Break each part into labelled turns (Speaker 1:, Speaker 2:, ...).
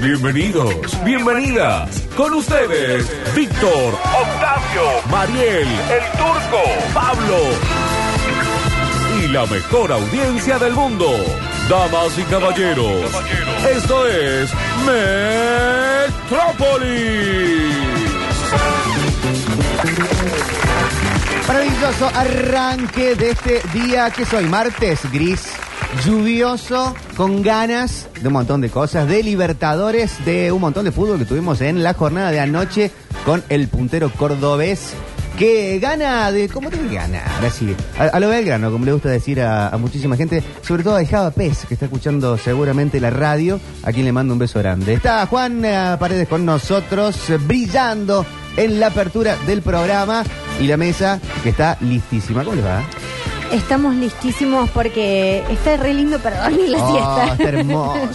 Speaker 1: Bienvenidos, bienvenidas. Con ustedes, Víctor, Octavio, Mariel, el turco, Pablo y la mejor audiencia del mundo. Damas y caballeros, esto es Metrópolis.
Speaker 2: Maravilloso arranque de este día que soy martes gris, lluvioso, con ganas de un montón de cosas, de Libertadores, de un montón de fútbol que tuvimos en la jornada de anoche con el puntero cordobés que gana de cómo tiene que ganar así a, a lo Belgrano como le gusta decir a, a muchísima gente sobre todo a Java Pez que está escuchando seguramente la radio a quien le mando un beso grande está Juan eh, Paredes con nosotros eh, brillando en la apertura del programa y la mesa que está listísima. ¿Cómo les va?
Speaker 3: Estamos listísimos porque está re lindo para dormir la
Speaker 2: Oh,
Speaker 3: siesta.
Speaker 2: está hermoso.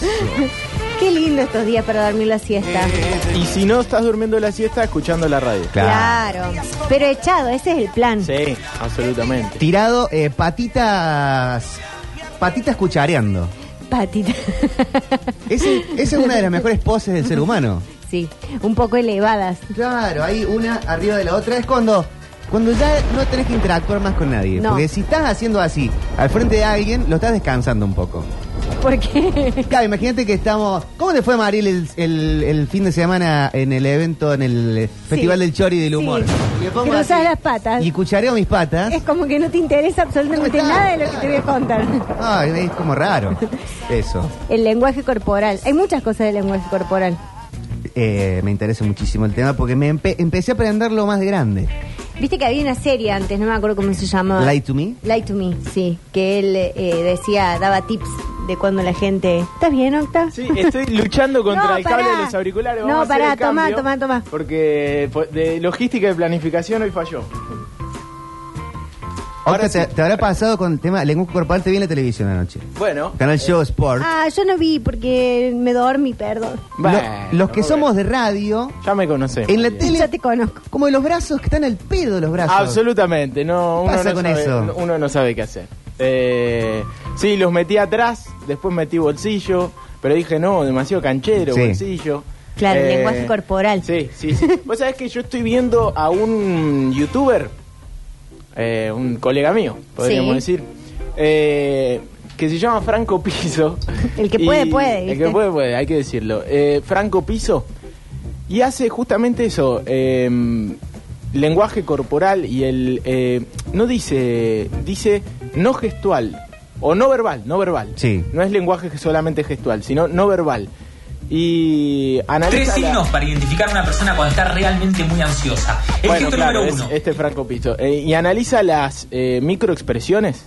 Speaker 3: Qué lindo estos días para dormir la siesta.
Speaker 2: Eh,
Speaker 4: Y si no estás durmiendo la siesta, escuchando la radio.
Speaker 3: Claro. Pero echado, ese es el plan.
Speaker 4: Sí, absolutamente.
Speaker 2: Tirado eh, patitas. Patitas cuchareando.
Speaker 3: Patita.
Speaker 2: Ese- esa es una de las mejores poses del ser humano.
Speaker 3: sí, un poco elevadas.
Speaker 2: Claro, hay una arriba de la otra. Es cuando, cuando ya no tenés que interactuar más con nadie.
Speaker 3: No.
Speaker 2: Porque si estás haciendo así, al frente de alguien, lo estás descansando un poco.
Speaker 3: Porque
Speaker 2: Claro, imagínate que estamos. ¿Cómo te fue, Mariel, el, el- el fin de semana en el evento, en el eh, Festival del Chori y del Humor?
Speaker 3: Sí.
Speaker 2: Y me pongo
Speaker 3: cruzas
Speaker 2: así,
Speaker 3: las patas.
Speaker 2: Y cuchareo mis patas.
Speaker 3: Es como que no te interesa absolutamente
Speaker 2: No me está,
Speaker 3: nada de lo que te voy a contar.
Speaker 2: Ay, Ah, es como raro. Eso.
Speaker 3: El lenguaje corporal. Hay muchas cosas del lenguaje corporal.
Speaker 2: Eh, me interesa muchísimo el tema porque me empe- empecé a aprenderlo más de grande.
Speaker 3: Viste que había una serie antes, no me acuerdo cómo se llamaba.
Speaker 2: Lie to me.
Speaker 3: Lie to Me, sí. Que él eh, decía, daba tips de cuando la gente... ¿Estás bien, Octa?
Speaker 4: Sí, estoy luchando contra
Speaker 3: No,
Speaker 4: el cable
Speaker 3: pará.
Speaker 4: de los auriculares.
Speaker 3: No,
Speaker 4: Vamos a hacer
Speaker 3: pará,
Speaker 4: el cambio,
Speaker 3: tomá, tomá, tomá.
Speaker 4: Porque po- de logística y planificación hoy falló.
Speaker 2: Ahora te, te habrá pasado con el tema lenguaje corporal, te vi en la televisión anoche.
Speaker 4: Bueno.
Speaker 2: Canal Show Sport.
Speaker 3: Ah, yo no vi porque me dormí, perdón.
Speaker 2: Lo-
Speaker 4: bueno,
Speaker 2: los que
Speaker 4: bueno.
Speaker 2: somos de radio,
Speaker 4: Ya me conocen.
Speaker 2: en la
Speaker 4: Bien.
Speaker 2: tele,
Speaker 3: Ya te conozco.
Speaker 2: como de los brazos que están al pedo los brazos.
Speaker 4: Absolutamente, no,
Speaker 2: ¿Qué
Speaker 4: uno,
Speaker 2: pasa
Speaker 4: no
Speaker 2: con
Speaker 4: sabe,
Speaker 2: eso?
Speaker 4: uno no sabe qué hacer. Eh, sí, los metí atrás, después metí bolsillo, pero dije no, demasiado canchero,
Speaker 2: Sí.
Speaker 4: bolsillo. Eh,
Speaker 3: Claro, el lenguaje corporal.
Speaker 4: Sí, sí, sí. Vos sabés que yo estoy viendo a un youtuber, eh, un colega mío, podríamos
Speaker 3: Sí.
Speaker 4: decir, eh, que se llama Franco Piso.
Speaker 3: El que
Speaker 4: Y-
Speaker 3: puede, puede,
Speaker 4: El
Speaker 3: ¿viste?
Speaker 4: que puede, puede, hay que decirlo. Eh, Franco Piso. Y hace justamente eso, eh, lenguaje corporal y el... eh, no dice, dice no gestual, o no verbal, no verbal.
Speaker 2: Sí.
Speaker 4: No es lenguaje solamente gestual, sino no verbal. Y
Speaker 5: Tres
Speaker 4: analiza... la-
Speaker 5: signos para identificar a una persona cuando está realmente muy ansiosa. El
Speaker 4: Bueno,
Speaker 5: gesto
Speaker 4: claro,
Speaker 5: número
Speaker 4: es-
Speaker 5: uno.
Speaker 4: este es Franco Piso. Eh, y analiza las eh, microexpresiones.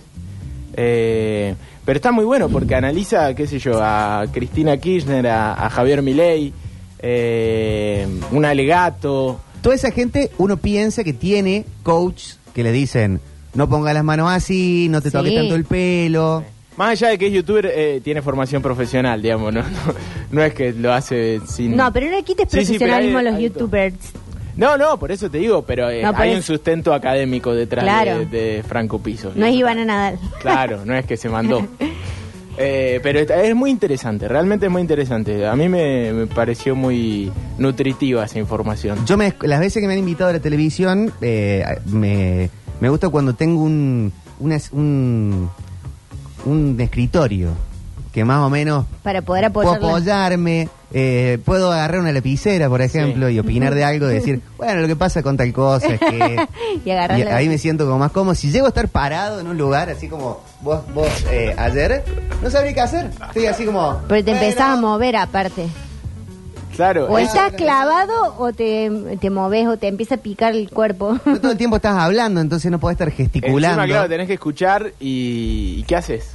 Speaker 4: Eh, pero está muy bueno porque analiza, qué sé yo, a Cristina Kirchner, a, a Javier Milei, eh, un alegato.
Speaker 2: Toda esa gente, uno piensa que tiene coach que le dicen, no pongas las manos así, no te toques
Speaker 3: Sí.
Speaker 2: tanto el pelo.
Speaker 4: Más allá de que es youtuber, eh, tiene formación profesional, digamos, ¿no? No, no es que lo hace sin...
Speaker 3: No, pero no le quites
Speaker 4: Sí, sí, pero hay-
Speaker 3: profesionalismo a los
Speaker 4: hay todo.
Speaker 3: youtubers.
Speaker 4: No, no, por eso te digo, pero eh,
Speaker 3: No, pero
Speaker 4: hay
Speaker 3: es-
Speaker 4: un sustento académico detrás
Speaker 3: Claro.
Speaker 4: de, de Franco Piso.
Speaker 3: No es Ivana Nadal.
Speaker 4: Claro, no es que se mandó. Eh, pero esta- es muy interesante, realmente es muy interesante. A mí me, me pareció muy nutritiva esa información.
Speaker 2: Yo me, las veces que me han invitado a la televisión, eh, me, me gusta cuando tengo un, una- un, un escritorio que más o menos
Speaker 3: Para poder
Speaker 2: puedo
Speaker 3: apoyarla.
Speaker 2: apoyarme, eh, puedo agarrar una lapicera, por ejemplo, y opinar de algo, decir, bueno, lo que pasa con tal cosa es que...
Speaker 3: Y agarrar la-
Speaker 2: ahí me siento como más cómodo. Si llego a estar parado en un lugar, así como vos, vos eh, ayer, no sabría qué hacer. Estoy así como...
Speaker 3: Pero te
Speaker 2: bueno,
Speaker 3: empezás a mover aparte.
Speaker 4: Claro,
Speaker 3: O
Speaker 4: es-
Speaker 3: estás clavado o te, te moves o te empieza a picar el cuerpo.
Speaker 2: no todo el tiempo estás hablando, entonces no podés estar gesticulando.
Speaker 4: encima, claro, tenés que escuchar y, ¿y ¿qué haces?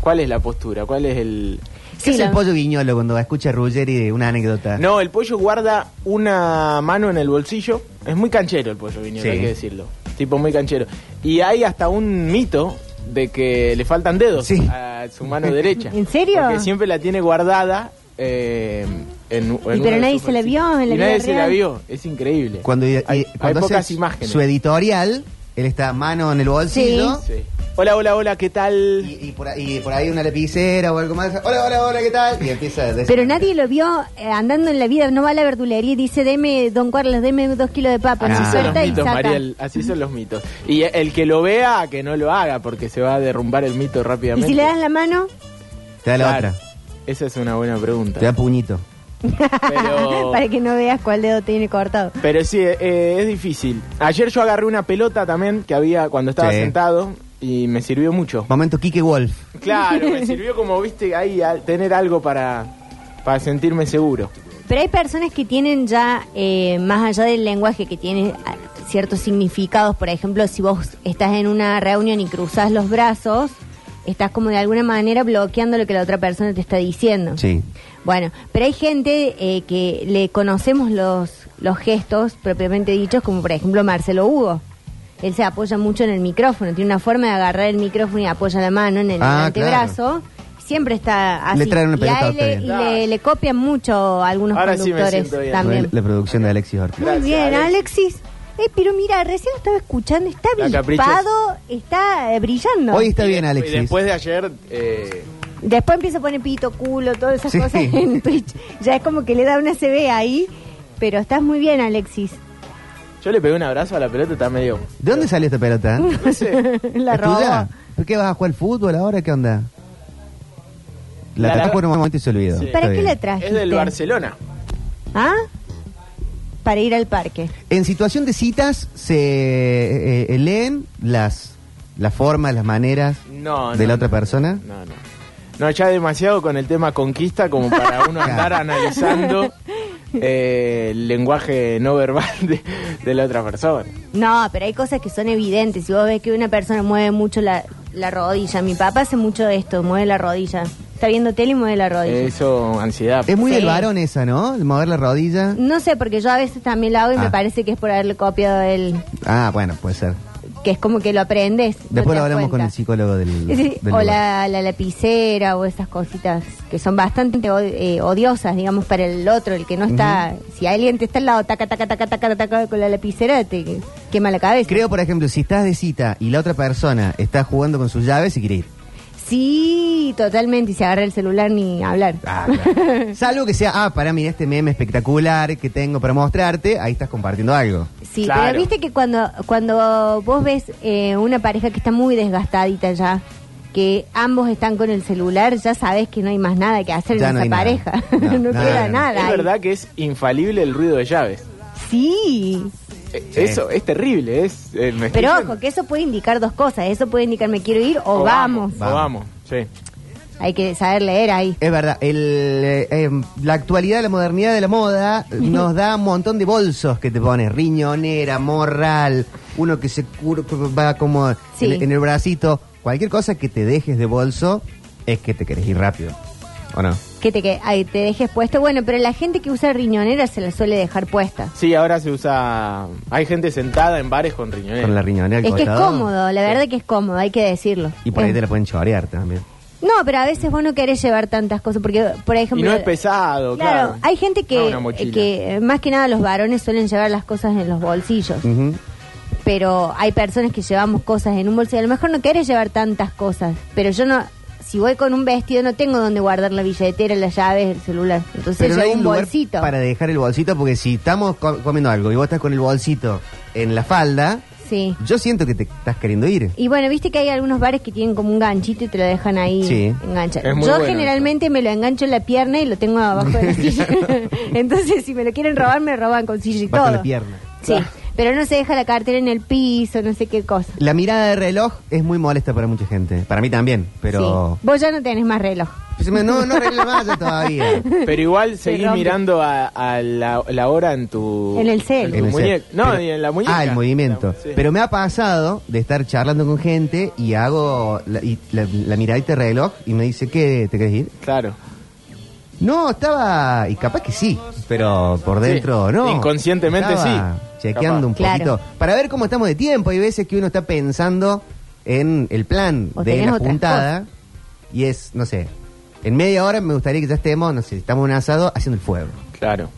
Speaker 4: ¿Cuál es la postura? ¿Cuál es el...?
Speaker 2: ¿Qué es
Speaker 3: Sí,
Speaker 2: el
Speaker 3: lo-
Speaker 2: pollo guiñolo cuando escucha a Ruggeri de una anécdota?
Speaker 4: No, el pollo guarda una mano en el bolsillo. Es muy canchero el pollo viñolo,
Speaker 2: Sí.
Speaker 4: hay que decirlo. Tipo muy canchero. Y hay hasta un mito de que le faltan dedos
Speaker 2: Sí.
Speaker 4: a su mano derecha.
Speaker 3: ¿En serio?
Speaker 4: Porque siempre la tiene guardada. eh, en, en uno de
Speaker 3: nadie
Speaker 4: sus
Speaker 3: se la
Speaker 4: bolsillos.
Speaker 3: vio en la
Speaker 4: y nadie
Speaker 3: vida
Speaker 4: se la
Speaker 3: real.
Speaker 4: vio. Es increíble.
Speaker 2: Cuando, y-
Speaker 4: hay,
Speaker 2: cuando
Speaker 4: hay
Speaker 2: hace
Speaker 4: pocas imágenes.
Speaker 2: su editorial, él está mano en el bolsillo
Speaker 4: Sí. Hola, hola, hola, ¿qué tal?
Speaker 2: Y, y por ahí, y por ahí una lapicera o algo más. Hola, hola, hola, ¿qué tal? Y empieza a decir-
Speaker 3: Pero nadie lo vio eh, andando en la vida, no va a la verdulería y dice, deme, don Carlos, deme dos kilos de papa.
Speaker 4: Así
Speaker 3: Se
Speaker 2: Ah.
Speaker 4: son los
Speaker 3: suelta y
Speaker 4: mitos,
Speaker 3: saca.
Speaker 4: Mariel, así son los mitos. Y el que lo vea, que no lo haga, porque se va a derrumbar el mito
Speaker 3: Y
Speaker 4: rápidamente.
Speaker 3: si le das la mano,
Speaker 2: Te da la
Speaker 4: Claro,
Speaker 2: otra.
Speaker 4: Esa es una buena
Speaker 2: Te da
Speaker 4: pregunta.
Speaker 2: puñito.
Speaker 4: Pero,
Speaker 3: para que no veas cuál dedo tiene cortado.
Speaker 4: pero sí, eh, es difícil. Ayer yo agarré una pelota también que había cuando estaba
Speaker 2: Sí.
Speaker 4: sentado y me sirvió mucho.
Speaker 2: Momento Kike Wolf.
Speaker 4: Claro, me sirvió como, viste, ahí al tener algo para, para sentirme seguro.
Speaker 3: Pero hay personas que tienen ya, eh, más allá del lenguaje, que tiene ah, ciertos significados. Por ejemplo, si vos estás en una reunión y cruzas los brazos, estás como de alguna manera bloqueando lo que la otra persona te está diciendo.
Speaker 2: Sí.
Speaker 3: Bueno, pero hay gente eh, que le conocemos los, los gestos propiamente dichos, como por ejemplo Marcelo Hugo. Él se apoya mucho en el micrófono, tiene una forma de agarrar el micrófono y apoya la mano en el
Speaker 2: Ah,
Speaker 3: antebrazo. Siempre está así.
Speaker 2: Le traen una
Speaker 3: y a
Speaker 2: pelota,
Speaker 3: él
Speaker 2: está
Speaker 3: le,
Speaker 2: bien.
Speaker 3: y le- le copian mucho a algunos
Speaker 4: Ahora sí me
Speaker 3: conductores
Speaker 4: siento bien.
Speaker 3: también.
Speaker 2: La, la producción de Alexis Ortiz.
Speaker 3: Muy
Speaker 4: Gracias,
Speaker 3: bien, Alexis. Eh, pero mira, recién lo estaba escuchando, está
Speaker 4: La caprichosa.
Speaker 3: bispado, está eh, brillando.
Speaker 2: Hoy está bien,
Speaker 4: Y
Speaker 2: Alexis.
Speaker 4: después de ayer, eh,
Speaker 3: Después empieza a poner pito, culo, todas esas
Speaker 2: Sí.
Speaker 3: cosas en Twitch. Ya es como que le da una CB ahí. Pero estás muy bien, Alexis.
Speaker 4: yo le pegué un abrazo a la pelota, está medio...
Speaker 2: ¿De dónde salió esta pelota?
Speaker 4: No sé.
Speaker 3: La
Speaker 2: ¿Es tuya?
Speaker 3: robó.
Speaker 2: ¿Por qué vas a jugar al fútbol ahora? ¿Qué onda? La,
Speaker 4: La-
Speaker 2: atajó por un momento y se olvidó.
Speaker 4: Sí.
Speaker 2: Está
Speaker 3: ¿Para qué
Speaker 2: bien.
Speaker 3: la trajiste?
Speaker 4: Es del Barcelona.
Speaker 3: ¿Ah? Para ir al parque.
Speaker 2: En situación de citas se eh, eh, leen las las formas, las maneras
Speaker 4: No,
Speaker 2: de
Speaker 4: no,
Speaker 2: la otra
Speaker 4: no.
Speaker 2: persona.
Speaker 4: No, no. No, ya demasiado con el tema conquista como para uno andar analizando eh, el lenguaje no verbal de, de la otra persona.
Speaker 3: No, pero hay cosas que son evidentes. Si vos ves que una persona mueve mucho la, la rodilla. Mi papá hace mucho esto, mueve la rodilla. Está viendo tele y mueve la rodilla.
Speaker 4: Eso, ansiedad.
Speaker 2: Es muy
Speaker 3: Sí. Mm.
Speaker 2: del varón esa, ¿no? El mover la rodilla.
Speaker 3: No sé, porque yo a veces también lo hago y
Speaker 2: Ah.
Speaker 3: me parece que es por haberle copiado el...
Speaker 2: Ah, bueno, puede ser.
Speaker 3: Que es como que lo aprendes. no
Speaker 2: Después lo
Speaker 3: te das
Speaker 2: hablamos con
Speaker 3: cuenta.
Speaker 2: el psicólogo del,
Speaker 3: Sí, sí,
Speaker 2: del
Speaker 3: o
Speaker 2: lugar.
Speaker 3: la, la lapicera o esas cositas que son bastante o- eh, odiosas, digamos, para el otro, el que no está. Si alguien te está al lado, taca, taca, taca, taca, taca con la lapicera, te quema la cabeza.
Speaker 2: Creo, por ejemplo, si estás de cita y la otra persona está jugando con sus llaves y quiere ir.
Speaker 3: Sí, totalmente. Y se agarra el celular ni hablar.
Speaker 2: Ah, claro. Salvo que sea, ah, para mira este meme espectacular que tengo para mostrarte, ahí estás compartiendo algo.
Speaker 3: Sí,
Speaker 4: Claro.
Speaker 3: pero viste que cuando, cuando vos ves eh, una pareja que está muy desgastadita ya, que ambos están con el celular, ya sabes que no hay más nada que hacer
Speaker 2: Ya
Speaker 3: en
Speaker 2: no hay
Speaker 3: esa
Speaker 2: nada.
Speaker 3: pareja.
Speaker 2: No,
Speaker 3: No,
Speaker 2: nada,
Speaker 3: queda
Speaker 2: no.
Speaker 3: nada.
Speaker 4: Es
Speaker 3: ahí.
Speaker 4: verdad que es infalible el ruido de llaves.
Speaker 3: Sí.
Speaker 4: Eh,
Speaker 2: Sí.
Speaker 4: Eso es terrible. Es, eh, me estoy
Speaker 3: Pero
Speaker 4: yendo.
Speaker 3: ojo, que eso puede indicar dos cosas. Eso puede indicar me quiero ir o,
Speaker 4: O
Speaker 3: vamos.
Speaker 4: O vamos, sí.
Speaker 3: Hay que saber leer ahí.
Speaker 2: Es verdad, el, eh, em, la actualidad, la modernidad de la moda nos da un montón de bolsos que te pones, riñonera, morral, uno que se cur- va como en-
Speaker 3: Sí.
Speaker 2: en, el bracito, cualquier cosa que te dejes de bolso es que te querés ir rápido, ¿o no?
Speaker 3: Que te, que, ahí te dejes puesto. Bueno, pero la gente que usa riñonera se la suele dejar puesta.
Speaker 4: Sí, ahora se usa... Hay gente sentada en bares con riñonera.
Speaker 2: Con la riñonera. al
Speaker 3: Es que es
Speaker 2: costado.
Speaker 3: cómodo, la verdad que es cómodo, hay que decirlo.
Speaker 2: Y por ahí
Speaker 3: Eh.
Speaker 2: te la pueden chorear también.
Speaker 3: No, pero a veces vos no querés llevar tantas cosas, porque, por
Speaker 4: Y
Speaker 3: ejemplo...
Speaker 4: no es pesado, claro.
Speaker 3: Claro, hay gente
Speaker 4: Ah,
Speaker 3: que,
Speaker 4: una mochila.
Speaker 3: que eh, más que nada los varones suelen llevar las cosas en los bolsillos,
Speaker 2: Ujú.
Speaker 3: pero hay personas que llevamos cosas en un bolsillo. A lo mejor no querés llevar tantas cosas, pero yo no, si voy con un vestido no tengo donde guardar la billetera, las llaves, el celular. Entonces
Speaker 2: Pero no hay
Speaker 3: llevo
Speaker 2: un
Speaker 3: un
Speaker 2: lugar
Speaker 3: bolsito.
Speaker 2: para dejar el bolsito porque si estamos co- comiendo algo y vos estás con el bolsito en la falda,
Speaker 3: Sí.
Speaker 2: yo siento que te estás queriendo ir.
Speaker 3: Y bueno, viste que hay algunos bares que tienen como un ganchito y te lo dejan ahí
Speaker 2: Sí.
Speaker 3: enganchado.
Speaker 4: Es muy
Speaker 3: Yo
Speaker 4: bueno
Speaker 3: generalmente me lo engancho en la pierna y lo tengo abajo de la silla. Entonces, si me lo quieren robar, me roban con silla y
Speaker 2: Bajo
Speaker 3: todo.
Speaker 2: la pierna.
Speaker 3: Sí, pero no se deja la cartera en el piso, no sé qué cosa.
Speaker 2: La mirada de reloj es muy molesta para mucha gente. Para mí también, pero...
Speaker 3: Sí. Vos ya no tenés más reloj.
Speaker 2: Pues, No, no arregle más yo todavía.
Speaker 4: Pero igual seguís
Speaker 3: rompe.
Speaker 4: mirando a, a la, la hora en tu...
Speaker 3: En el cel.
Speaker 4: tu
Speaker 2: En el
Speaker 4: muñeca.
Speaker 2: set.
Speaker 4: No,
Speaker 2: Pero-
Speaker 4: y en la muñeca.
Speaker 2: Ah, el movimiento.
Speaker 4: La- sí.
Speaker 2: Pero me ha pasado de estar charlando con gente y hago la, y la- la miradita de reloj y me dice, ¿qué? ¿Te querés ir?
Speaker 4: Claro.
Speaker 2: No, estaba. Y capaz que sí, pero por dentro
Speaker 4: Sí,
Speaker 2: no.
Speaker 4: inconscientemente
Speaker 2: Estaba
Speaker 4: sí,
Speaker 2: Chequeando un
Speaker 3: capaz.
Speaker 2: poquito. Para ver cómo estamos de tiempo. Hay veces que uno está pensando en el plan
Speaker 3: O
Speaker 2: de
Speaker 3: tenés
Speaker 2: la
Speaker 3: otras
Speaker 2: juntada y es, no sé. En media hora me gustaría que ya estemos, no sé, estamos en un asado haciendo el fuego.
Speaker 4: Claro.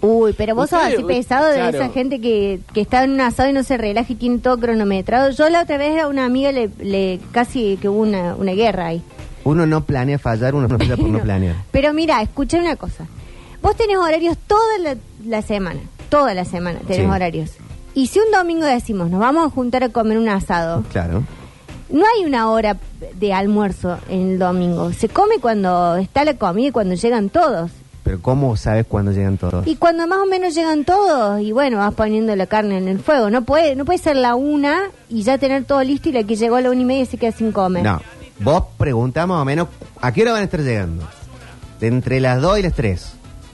Speaker 3: Uy, pero vos sos
Speaker 4: Ustedes,
Speaker 3: así
Speaker 4: u-
Speaker 3: pesado de
Speaker 4: claro.
Speaker 3: esa gente que, que está en un asado y no se relaja y tiene todo cronometrado. Yo la otra vez a una amiga le, le casi que hubo una, una guerra ahí.
Speaker 2: Uno no planea fallar, uno falla por no planear.
Speaker 3: Pero mira, escucha una cosa. Vos tenés horarios toda la, la semana. Toda la semana tenés
Speaker 2: Sí.
Speaker 3: horarios. Y si un domingo decimos, nos vamos a juntar a comer un asado,
Speaker 2: Claro.
Speaker 3: no hay una hora de almuerzo en el domingo. Se come cuando está la comida y cuando llegan todos.
Speaker 2: Pero ¿cómo sabes cuándo llegan todos?
Speaker 3: Y cuando más o menos llegan todos, y bueno, vas poniendo la carne en el fuego. No puede, no puede ser la una y ya tener todo listo y la que llegó a la una y media se queda sin comer.
Speaker 2: No. Vos preguntás más o menos a qué hora van a estar llegando. De entre las 2 y las 3.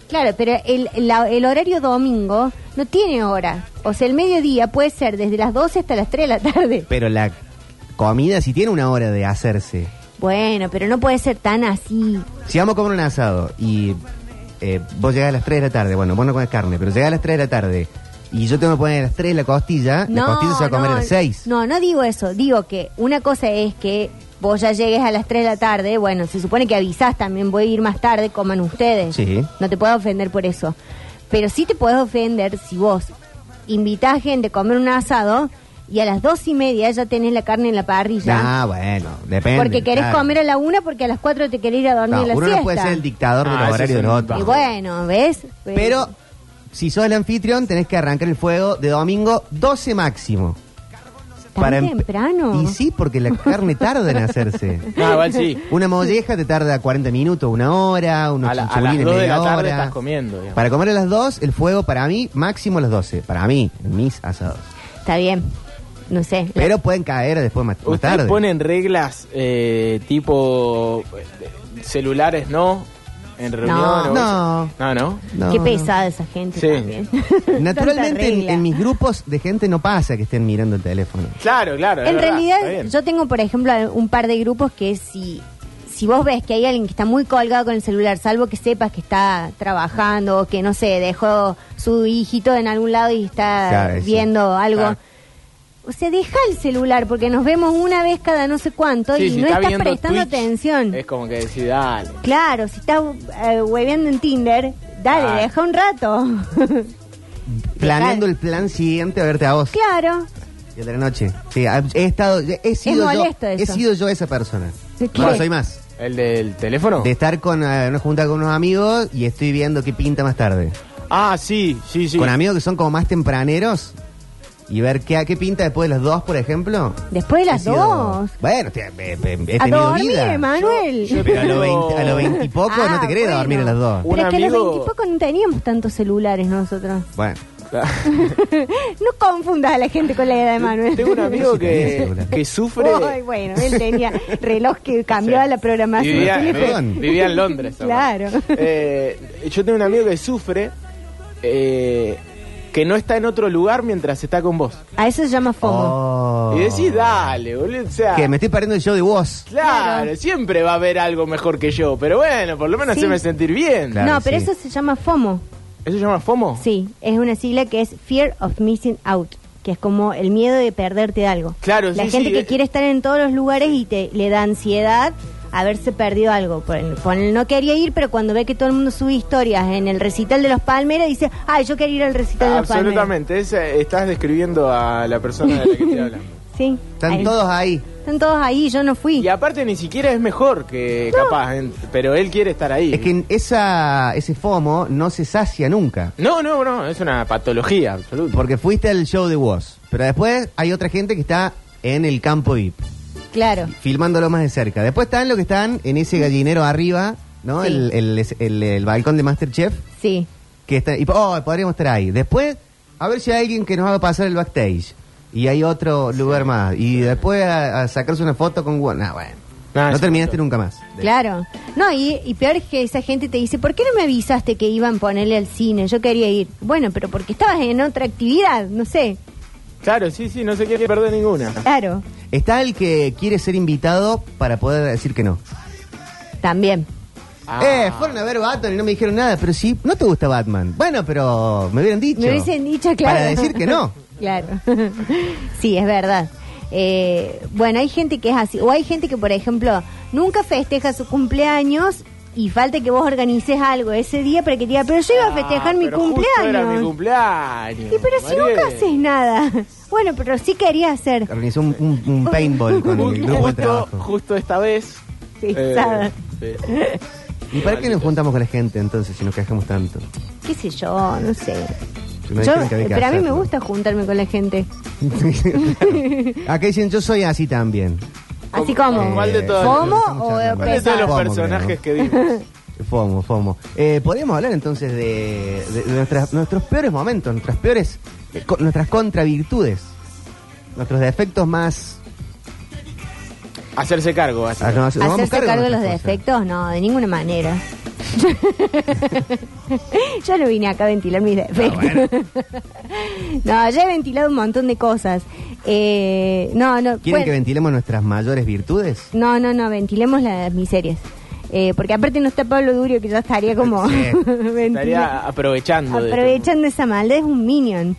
Speaker 3: Claro, pero el, la- el horario domingo no tiene hora. O sea, el mediodía puede ser desde las 12 hasta las 3 de la tarde.
Speaker 2: Pero la comida sí tiene una hora de hacerse.
Speaker 3: Bueno, pero no puede ser tan así.
Speaker 2: Si vamos a comer un asado y eh, vos llegás a las 3 de la tarde, bueno, vos no comes carne, pero llegás a las 3 de la tarde y yo tengo que poner a las 3 la costilla, la costilla se va Ah, a comer
Speaker 3: no,
Speaker 2: a las 6.
Speaker 3: No, no digo eso. Digo que una cosa es que vos ya llegues a las 3 de la tarde. Bueno, se supone que avisás también. Voy a ir más tarde, coman ustedes.
Speaker 2: Sí.
Speaker 3: No te puedo ofender por eso. Pero sí te puedes ofender si vos invitás a gente a comer un asado y a las dos y media ya tenés la carne en la parrilla.
Speaker 2: Ah, bueno, depende.
Speaker 3: Porque querés
Speaker 2: claro.
Speaker 3: comer a la una porque a las cuatro te querés ir a dormir
Speaker 2: No,
Speaker 3: la
Speaker 2: uno
Speaker 3: siesta.
Speaker 2: no puede ser el dictador
Speaker 4: Ah,
Speaker 2: del
Speaker 4: ese
Speaker 2: horario
Speaker 4: es
Speaker 2: del
Speaker 4: un
Speaker 2: otro.
Speaker 3: Y bueno, ¿ves? Pues-
Speaker 2: Pero si sos el anfitrión, tenés que arrancar el fuego de domingo 12 máximo.
Speaker 3: ¿Tan
Speaker 2: empe-
Speaker 3: temprano?
Speaker 2: Y sí, porque la carne tarda en hacerse.
Speaker 4: No, igual sí.
Speaker 2: Una molleja te tarda 40 minutos, una hora, unos
Speaker 4: A la- a
Speaker 2: chinchulines,
Speaker 4: las dos de
Speaker 2: media
Speaker 4: la tarde
Speaker 2: hora.
Speaker 4: estás comiendo, digamos.
Speaker 2: Para comer a las 2, el fuego para mí, máximo a las 12. Para mí, en mis asados.
Speaker 3: Está bien. No sé. La-
Speaker 2: Pero pueden caer después más, más
Speaker 4: ¿Ustedes
Speaker 2: tarde.
Speaker 4: ponen reglas eh, tipo eh, celulares no? En reunión o-
Speaker 2: No.
Speaker 4: No, no.
Speaker 2: No,
Speaker 3: Qué
Speaker 2: no.
Speaker 3: pesada esa gente
Speaker 4: Sí.
Speaker 3: también. Tanta
Speaker 2: Naturalmente, en,
Speaker 3: regla.
Speaker 2: en mis grupos de gente no pasa que estén mirando el teléfono.
Speaker 4: Claro, claro. es
Speaker 3: En
Speaker 4: verdad, está
Speaker 3: realidad,
Speaker 4: bien.
Speaker 3: yo tengo, por ejemplo, un par de grupos que si, si vos ves que hay alguien que está muy colgado con el celular, salvo que sepas que está trabajando o que, no sé, dejó su hijito en algún lado y está
Speaker 2: Claro, sí.
Speaker 3: viendo algo.
Speaker 4: Claro.
Speaker 3: O sea, deja el celular porque nos vemos una vez cada no sé cuánto
Speaker 4: Sí,
Speaker 3: y
Speaker 4: si
Speaker 3: no
Speaker 4: está
Speaker 3: estás
Speaker 4: viendo
Speaker 3: prestando
Speaker 4: Twitch,
Speaker 3: atención.
Speaker 4: Es como que decís, dale.
Speaker 3: Claro, si estás eh, hueveando en Tinder, dale,
Speaker 4: Ah.
Speaker 3: deja un rato.
Speaker 2: Planeando el plan siguiente a verte a vos.
Speaker 3: claro.
Speaker 2: El de la noche. Sí, ha- he estado. He sido, yo,
Speaker 3: molesto eso.
Speaker 2: he sido yo esa persona.
Speaker 3: ¿De qué?
Speaker 2: No soy más.
Speaker 4: ¿El del teléfono?
Speaker 2: De estar con eh, una junta con unos amigos y estoy viendo qué pinta más tarde.
Speaker 4: Ah, sí, sí, sí.
Speaker 2: Con amigos que son como más tempraneros y ver qué, qué pinta después de las dos, por ejemplo.
Speaker 3: Después de
Speaker 2: He
Speaker 3: las
Speaker 2: sido-
Speaker 3: dos.
Speaker 2: Bueno, te- he, he- he
Speaker 3: A
Speaker 2: tenido
Speaker 3: dormir,
Speaker 2: vida.
Speaker 3: Manuel. Ah,
Speaker 4: Yo- yo
Speaker 2: Pero a
Speaker 4: tengo-
Speaker 2: los 20, a los 20 y pocos no te querés
Speaker 3: bueno.
Speaker 2: dormir a las dos.
Speaker 4: Un
Speaker 3: Pero es que a
Speaker 4: amigo-
Speaker 3: los 20 y poco no teníamos tantos celulares nosotros.
Speaker 2: Bueno,
Speaker 3: No confundas a la gente con la edad de Manuel.
Speaker 4: Tengo un amigo que,
Speaker 2: celular.
Speaker 4: que sufre.
Speaker 3: Ay, bueno, él tenía reloj que cambiaba la programación.
Speaker 4: Vivía,
Speaker 2: Perdón.
Speaker 4: vivía en Londres.
Speaker 3: Claro.
Speaker 4: además. Eh, yo tengo un amigo que sufre eh, que no está en otro lugar mientras está con vos.
Speaker 3: A eso se llama FOMO.
Speaker 2: Oh.
Speaker 4: Y decís, dale, boludo. O sea,
Speaker 2: Que me estoy perdiendo el show de vos.
Speaker 4: claro,
Speaker 3: Claro.
Speaker 4: siempre va a haber algo mejor que yo. Pero bueno, por lo menos
Speaker 3: Sí.
Speaker 4: se me sentir bien.
Speaker 2: Claro,
Speaker 3: no, pero
Speaker 2: sí.
Speaker 3: eso se llama FOMO.
Speaker 4: ¿Eso se llama FOMO?
Speaker 3: Sí, es una sigla que es Fear of Missing Out, que es como el miedo de perderte de algo.
Speaker 4: Claro,
Speaker 3: La
Speaker 4: sí,
Speaker 3: gente
Speaker 4: sí,
Speaker 3: que
Speaker 4: eh.
Speaker 3: quiere estar en todos los lugares y te le da ansiedad haberse perdido algo. Por el, por el no quería ir, pero cuando ve que todo el mundo sube historias en el recital de los Palmeras, dice, ay, yo quería ir al recital de los Palmeras.
Speaker 4: Absolutamente. esa- estás describiendo a la persona de la que estoy hablando.
Speaker 3: Sí.
Speaker 2: Están
Speaker 3: Ahí.
Speaker 2: todos ahí.
Speaker 3: Están todos ahí, yo no fui.
Speaker 4: Y aparte ni siquiera es mejor que capaz, en- pero él quiere estar ahí.
Speaker 2: Es que en esa, ese FOMO no se sacia nunca.
Speaker 4: No, no, no, es una patología absoluta.
Speaker 2: Porque fuiste al show de vos. Pero después hay otra gente que está en el campo VIP,
Speaker 3: Claro.
Speaker 2: filmándolo más de cerca. Después están los que están en ese gallinero arriba, ¿no?
Speaker 3: Sí.
Speaker 2: El, el- el- el balcón de Masterchef.
Speaker 3: Sí.
Speaker 2: Que está, y, oh, podríamos estar ahí. Después, a ver si hay alguien que nos haga pasar el backstage. Y hay otro lugar más. Y después a, a sacarse una foto con... Gu- Nah, bueno.
Speaker 4: Nah,
Speaker 2: no
Speaker 4: sí,
Speaker 2: terminaste
Speaker 4: no.
Speaker 2: nunca más.
Speaker 3: Claro. No, y, y peor es que esa gente te dice, ¿por qué no me avisaste que iban a ponerle al cine? Yo quería ir. Bueno, pero porque estabas en otra actividad, no sé.
Speaker 4: Claro, sí, sí, no se quiere perder ninguna.
Speaker 3: Claro,
Speaker 2: Está el que quiere ser invitado para poder decir que no.
Speaker 3: también.
Speaker 4: Ah.
Speaker 2: Eh, fueron a ver Batman y no me dijeron nada, pero sí, no te gusta Batman. Bueno, pero me hubieran dicho.
Speaker 3: Me hubiesen dicho, claro.
Speaker 2: Para decir que no.
Speaker 3: claro. sí, es verdad. Eh, bueno, hay gente que es así. O hay gente que, por ejemplo, nunca festeja su cumpleaños y falta que vos organices algo ese día para que te diga, pero yo iba a festejar mi
Speaker 4: Ah, pero justo era mi
Speaker 3: cumpleaños.
Speaker 4: cumpleaños.
Speaker 3: Y pero si nunca
Speaker 4: Mariel.
Speaker 3: haces nada. Bueno, pero sí quería hacer.
Speaker 2: Organizó un, un- un paintball con el
Speaker 4: Justo,
Speaker 2: grupo de
Speaker 4: justo,
Speaker 2: trabajo.
Speaker 4: justo esta vez.
Speaker 3: Sí,
Speaker 4: eh,
Speaker 3: sabe.
Speaker 4: sí.
Speaker 2: ¿Y para qué nos juntamos con la gente entonces si nos quejamos tanto?
Speaker 3: ¿Qué sé yo? No sé.
Speaker 2: Si nos
Speaker 3: Yo-
Speaker 2: dijeron que había que
Speaker 3: pero a mí me
Speaker 2: hacerlo.
Speaker 3: gusta juntarme con la gente.
Speaker 2: Claro. Acá dicen, yo soy así también. Eh,
Speaker 3: Así como.
Speaker 4: ¿Cuál de todos?
Speaker 3: ¿Fomo
Speaker 2: Estamos
Speaker 3: o
Speaker 2: charlando.
Speaker 4: ¿Cuáles son los
Speaker 2: Fomo,
Speaker 4: personajes
Speaker 2: creo.
Speaker 4: que dimos?
Speaker 2: FOMO, FOMO. Eh, Podríamos hablar entonces de, de- de nuestras- nuestros peores momentos, nuestras peores, eh, co- nuestras contravirtudes, nuestros defectos más...
Speaker 4: Hacerse cargo, así.
Speaker 2: ah, no, nos vamos a
Speaker 3: ¿Hacerse cargo de los
Speaker 2: nuestras cosas.
Speaker 3: defectos? No, de ninguna manera. yo no vine acá a ventilar
Speaker 2: Ah,
Speaker 3: mis defectos. No, ya he ventilado un montón de cosas. Eh, no, no.
Speaker 2: ¿Quieren
Speaker 3: bueno,
Speaker 2: que ventilemos nuestras mayores virtudes?
Speaker 3: No, no, no, ventilemos las miserias. Eh, porque aparte no está Pablo Durio, que ya estaría como.
Speaker 2: Sí.
Speaker 3: ventila-
Speaker 4: Estaría aprovechando. de-
Speaker 3: Aprovechando esa maldad, es un minion.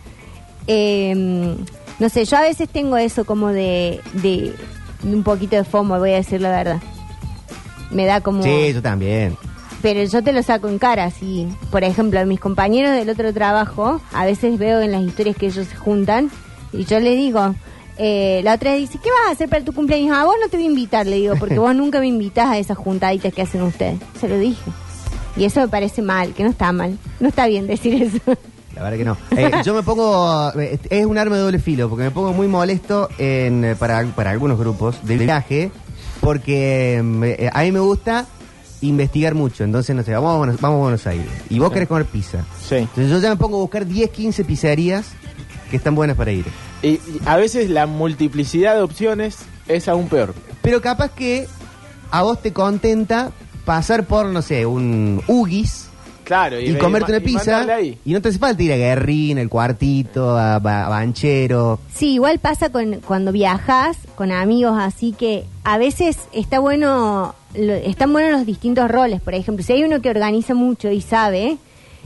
Speaker 3: Eh, no sé, yo a veces tengo eso como de, de un poquito de fomo, voy a decir la verdad. Me da como...
Speaker 2: Sí, yo también.
Speaker 3: Pero yo te lo saco en cara, así. Por ejemplo, a mis compañeros del otro trabajo, a veces veo en las historias que ellos se juntan y yo les digo, eh, la otra dice, ¿qué vas a hacer para tu cumpleaños? A vos no te voy a invitar, le digo, porque vos nunca me invitás a esas juntaditas que hacen ustedes. Se lo dije. Y eso me parece mal, que no está mal. No está bien decir eso.
Speaker 2: La verdad que no. Eh, yo me pongo. eh, Es un arma de doble filo, porque me pongo muy molesto en, eh, para, para algunos grupos de viaje, porque mm, eh, a mí me gusta investigar mucho. Entonces, no sé, vamos a Buenos, vamos a Buenos Aires. Y vos querés comer pizza.
Speaker 4: Sí.
Speaker 2: Entonces, yo ya me pongo a buscar 10, 15 pizzerías que están buenas para ir.
Speaker 4: Y, y a veces la multiplicidad de opciones es aún peor.
Speaker 2: Pero capaz que a vos te contenta pasar por, no sé, un Ugis.
Speaker 4: Claro.
Speaker 2: y
Speaker 4: ve-
Speaker 2: comerte
Speaker 4: ma-
Speaker 2: una
Speaker 4: y
Speaker 2: pizza
Speaker 4: mandarla ahí.
Speaker 2: y no te hace falta ir a Guerrín, el cuartito, a, Ba- a Banchero.
Speaker 3: Sí, igual pasa con cuando viajas con amigos, así que a veces está bueno, lo- están buenos los distintos roles. Por ejemplo, si hay uno que organiza mucho y sabe,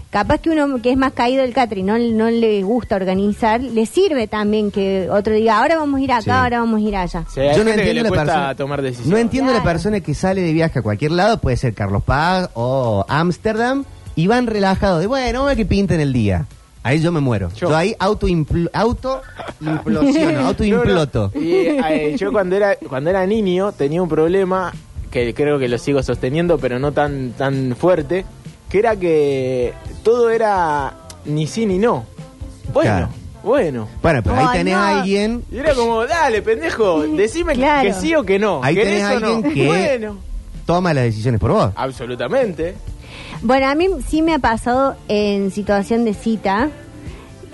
Speaker 3: capaz que uno que es más caído del catre y no, no le gusta organizar, le sirve también que otro diga, ahora vamos a ir acá,
Speaker 2: Sí.
Speaker 3: ahora vamos a ir allá.
Speaker 4: Sí, hay
Speaker 2: Yo no
Speaker 4: gente que
Speaker 2: entiendo
Speaker 4: le
Speaker 2: la
Speaker 4: cuesta
Speaker 2: persona.
Speaker 4: tomar decisiones.
Speaker 2: No entiendo la
Speaker 3: Claro.
Speaker 2: persona que sale de viaje a cualquier lado, puede ser Carlos Paz o Ámsterdam, y van relajados de, bueno, vamos a ver que pinten el día. Ahí yo me muero. Yo,
Speaker 4: Yo.
Speaker 2: ahí auto, auto implosiono, auto imploto.
Speaker 4: No, no. Y, eh, yo cuando era cuando era niño tenía un problema que creo que lo sigo sosteniendo, pero no tan tan fuerte, que era que todo era ni sí ni no. Bueno,
Speaker 2: Claro.
Speaker 4: bueno.
Speaker 2: Bueno, pero ahí
Speaker 3: Ay,
Speaker 2: tenés
Speaker 3: no.
Speaker 2: a alguien,
Speaker 4: Y era como, dale, pendejo, decime
Speaker 3: Claro.
Speaker 4: que sí o que no.
Speaker 2: Ahí
Speaker 4: ¿Querés
Speaker 2: tenés
Speaker 4: o no?
Speaker 2: alguien que-
Speaker 4: Bueno,
Speaker 2: toma las decisiones por vos.
Speaker 4: absolutamente.
Speaker 3: Bueno, a mí sí me ha pasado en situación de cita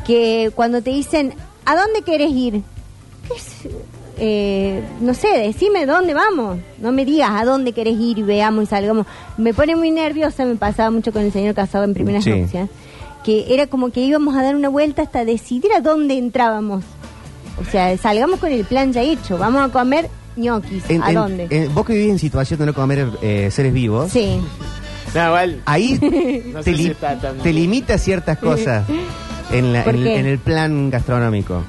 Speaker 3: que cuando te dicen, ¿a dónde querés ir? ¿Qué es? Eh, no sé, decime dónde vamos. No me digas a dónde querés ir y veamos y salgamos. Me pone muy nerviosa, me pasaba mucho con el señor casado en primeras
Speaker 2: Sí.
Speaker 3: nupcias. Que era como que íbamos a dar una vuelta hasta decidir a dónde entrábamos. O sea, salgamos con el plan ya hecho. Vamos a comer ñoquis.
Speaker 2: En-
Speaker 3: ¿A
Speaker 2: en-
Speaker 3: dónde?
Speaker 2: en- vos que vivís en situación de no comer eh, seres vivos,
Speaker 3: sí.
Speaker 4: Nada, igual,
Speaker 2: ahí
Speaker 4: No
Speaker 2: te,
Speaker 4: sé si
Speaker 2: li-
Speaker 4: está tan-
Speaker 2: te limita ciertas cosas en, la-
Speaker 3: ¿Por
Speaker 2: en-
Speaker 3: qué?
Speaker 2: en el plan gastronómico.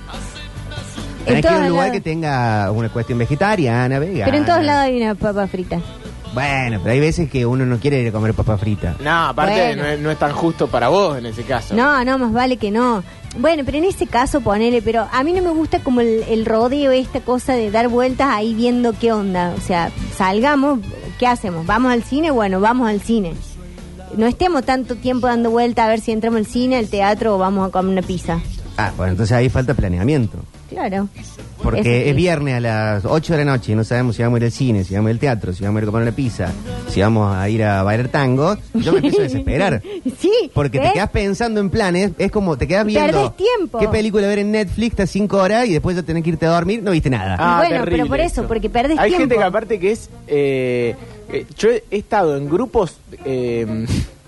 Speaker 2: Tenés
Speaker 3: En
Speaker 2: que ir a un
Speaker 3: todos
Speaker 2: lugar
Speaker 3: lados.
Speaker 2: que tenga una cuestión vegetariana, vegana.
Speaker 3: Pero en todos lados hay una papa frita.
Speaker 2: Bueno, pero hay veces que uno no quiere ir a comer papa frita.
Speaker 4: No, aparte
Speaker 3: Bueno.
Speaker 4: no, es, no es tan justo para vos en ese caso.
Speaker 3: No, no, más vale que no. Bueno, pero en ese caso ponele, pero a mí no me gusta como el, el rodeo, esta cosa de dar vueltas ahí viendo qué onda. O sea, salgamos, ¿qué hacemos? ¿Vamos al cine? Bueno, vamos al cine. No estemos tanto tiempo dando vueltas a ver si entramos al cine, al teatro o vamos a comer una pizza.
Speaker 2: Ah, bueno, entonces ahí falta planeamiento.
Speaker 3: Claro.
Speaker 2: Porque
Speaker 3: Eso sí.
Speaker 2: es viernes a las 8 de la noche y no sabemos si vamos a ir al cine, si vamos a ir al teatro, si vamos a ir a comer una pizza, si vamos a ir a bailar tango. Yo me empiezo a desesperar.
Speaker 3: Sí.
Speaker 2: Porque
Speaker 3: ¿ves?
Speaker 2: te quedas pensando en planes, es como te quedas viendo.
Speaker 3: Perdés tiempo.
Speaker 2: ¿Qué película ver en Netflix? Estás 5 horas y después ya tenés que irte a dormir, no viste nada.
Speaker 3: Ah. bueno, pero por eso,
Speaker 4: esto.
Speaker 3: porque perdés
Speaker 4: Hay
Speaker 3: tiempo.
Speaker 4: gente que aparte que es... eh, eh, yo he estado en grupos eh,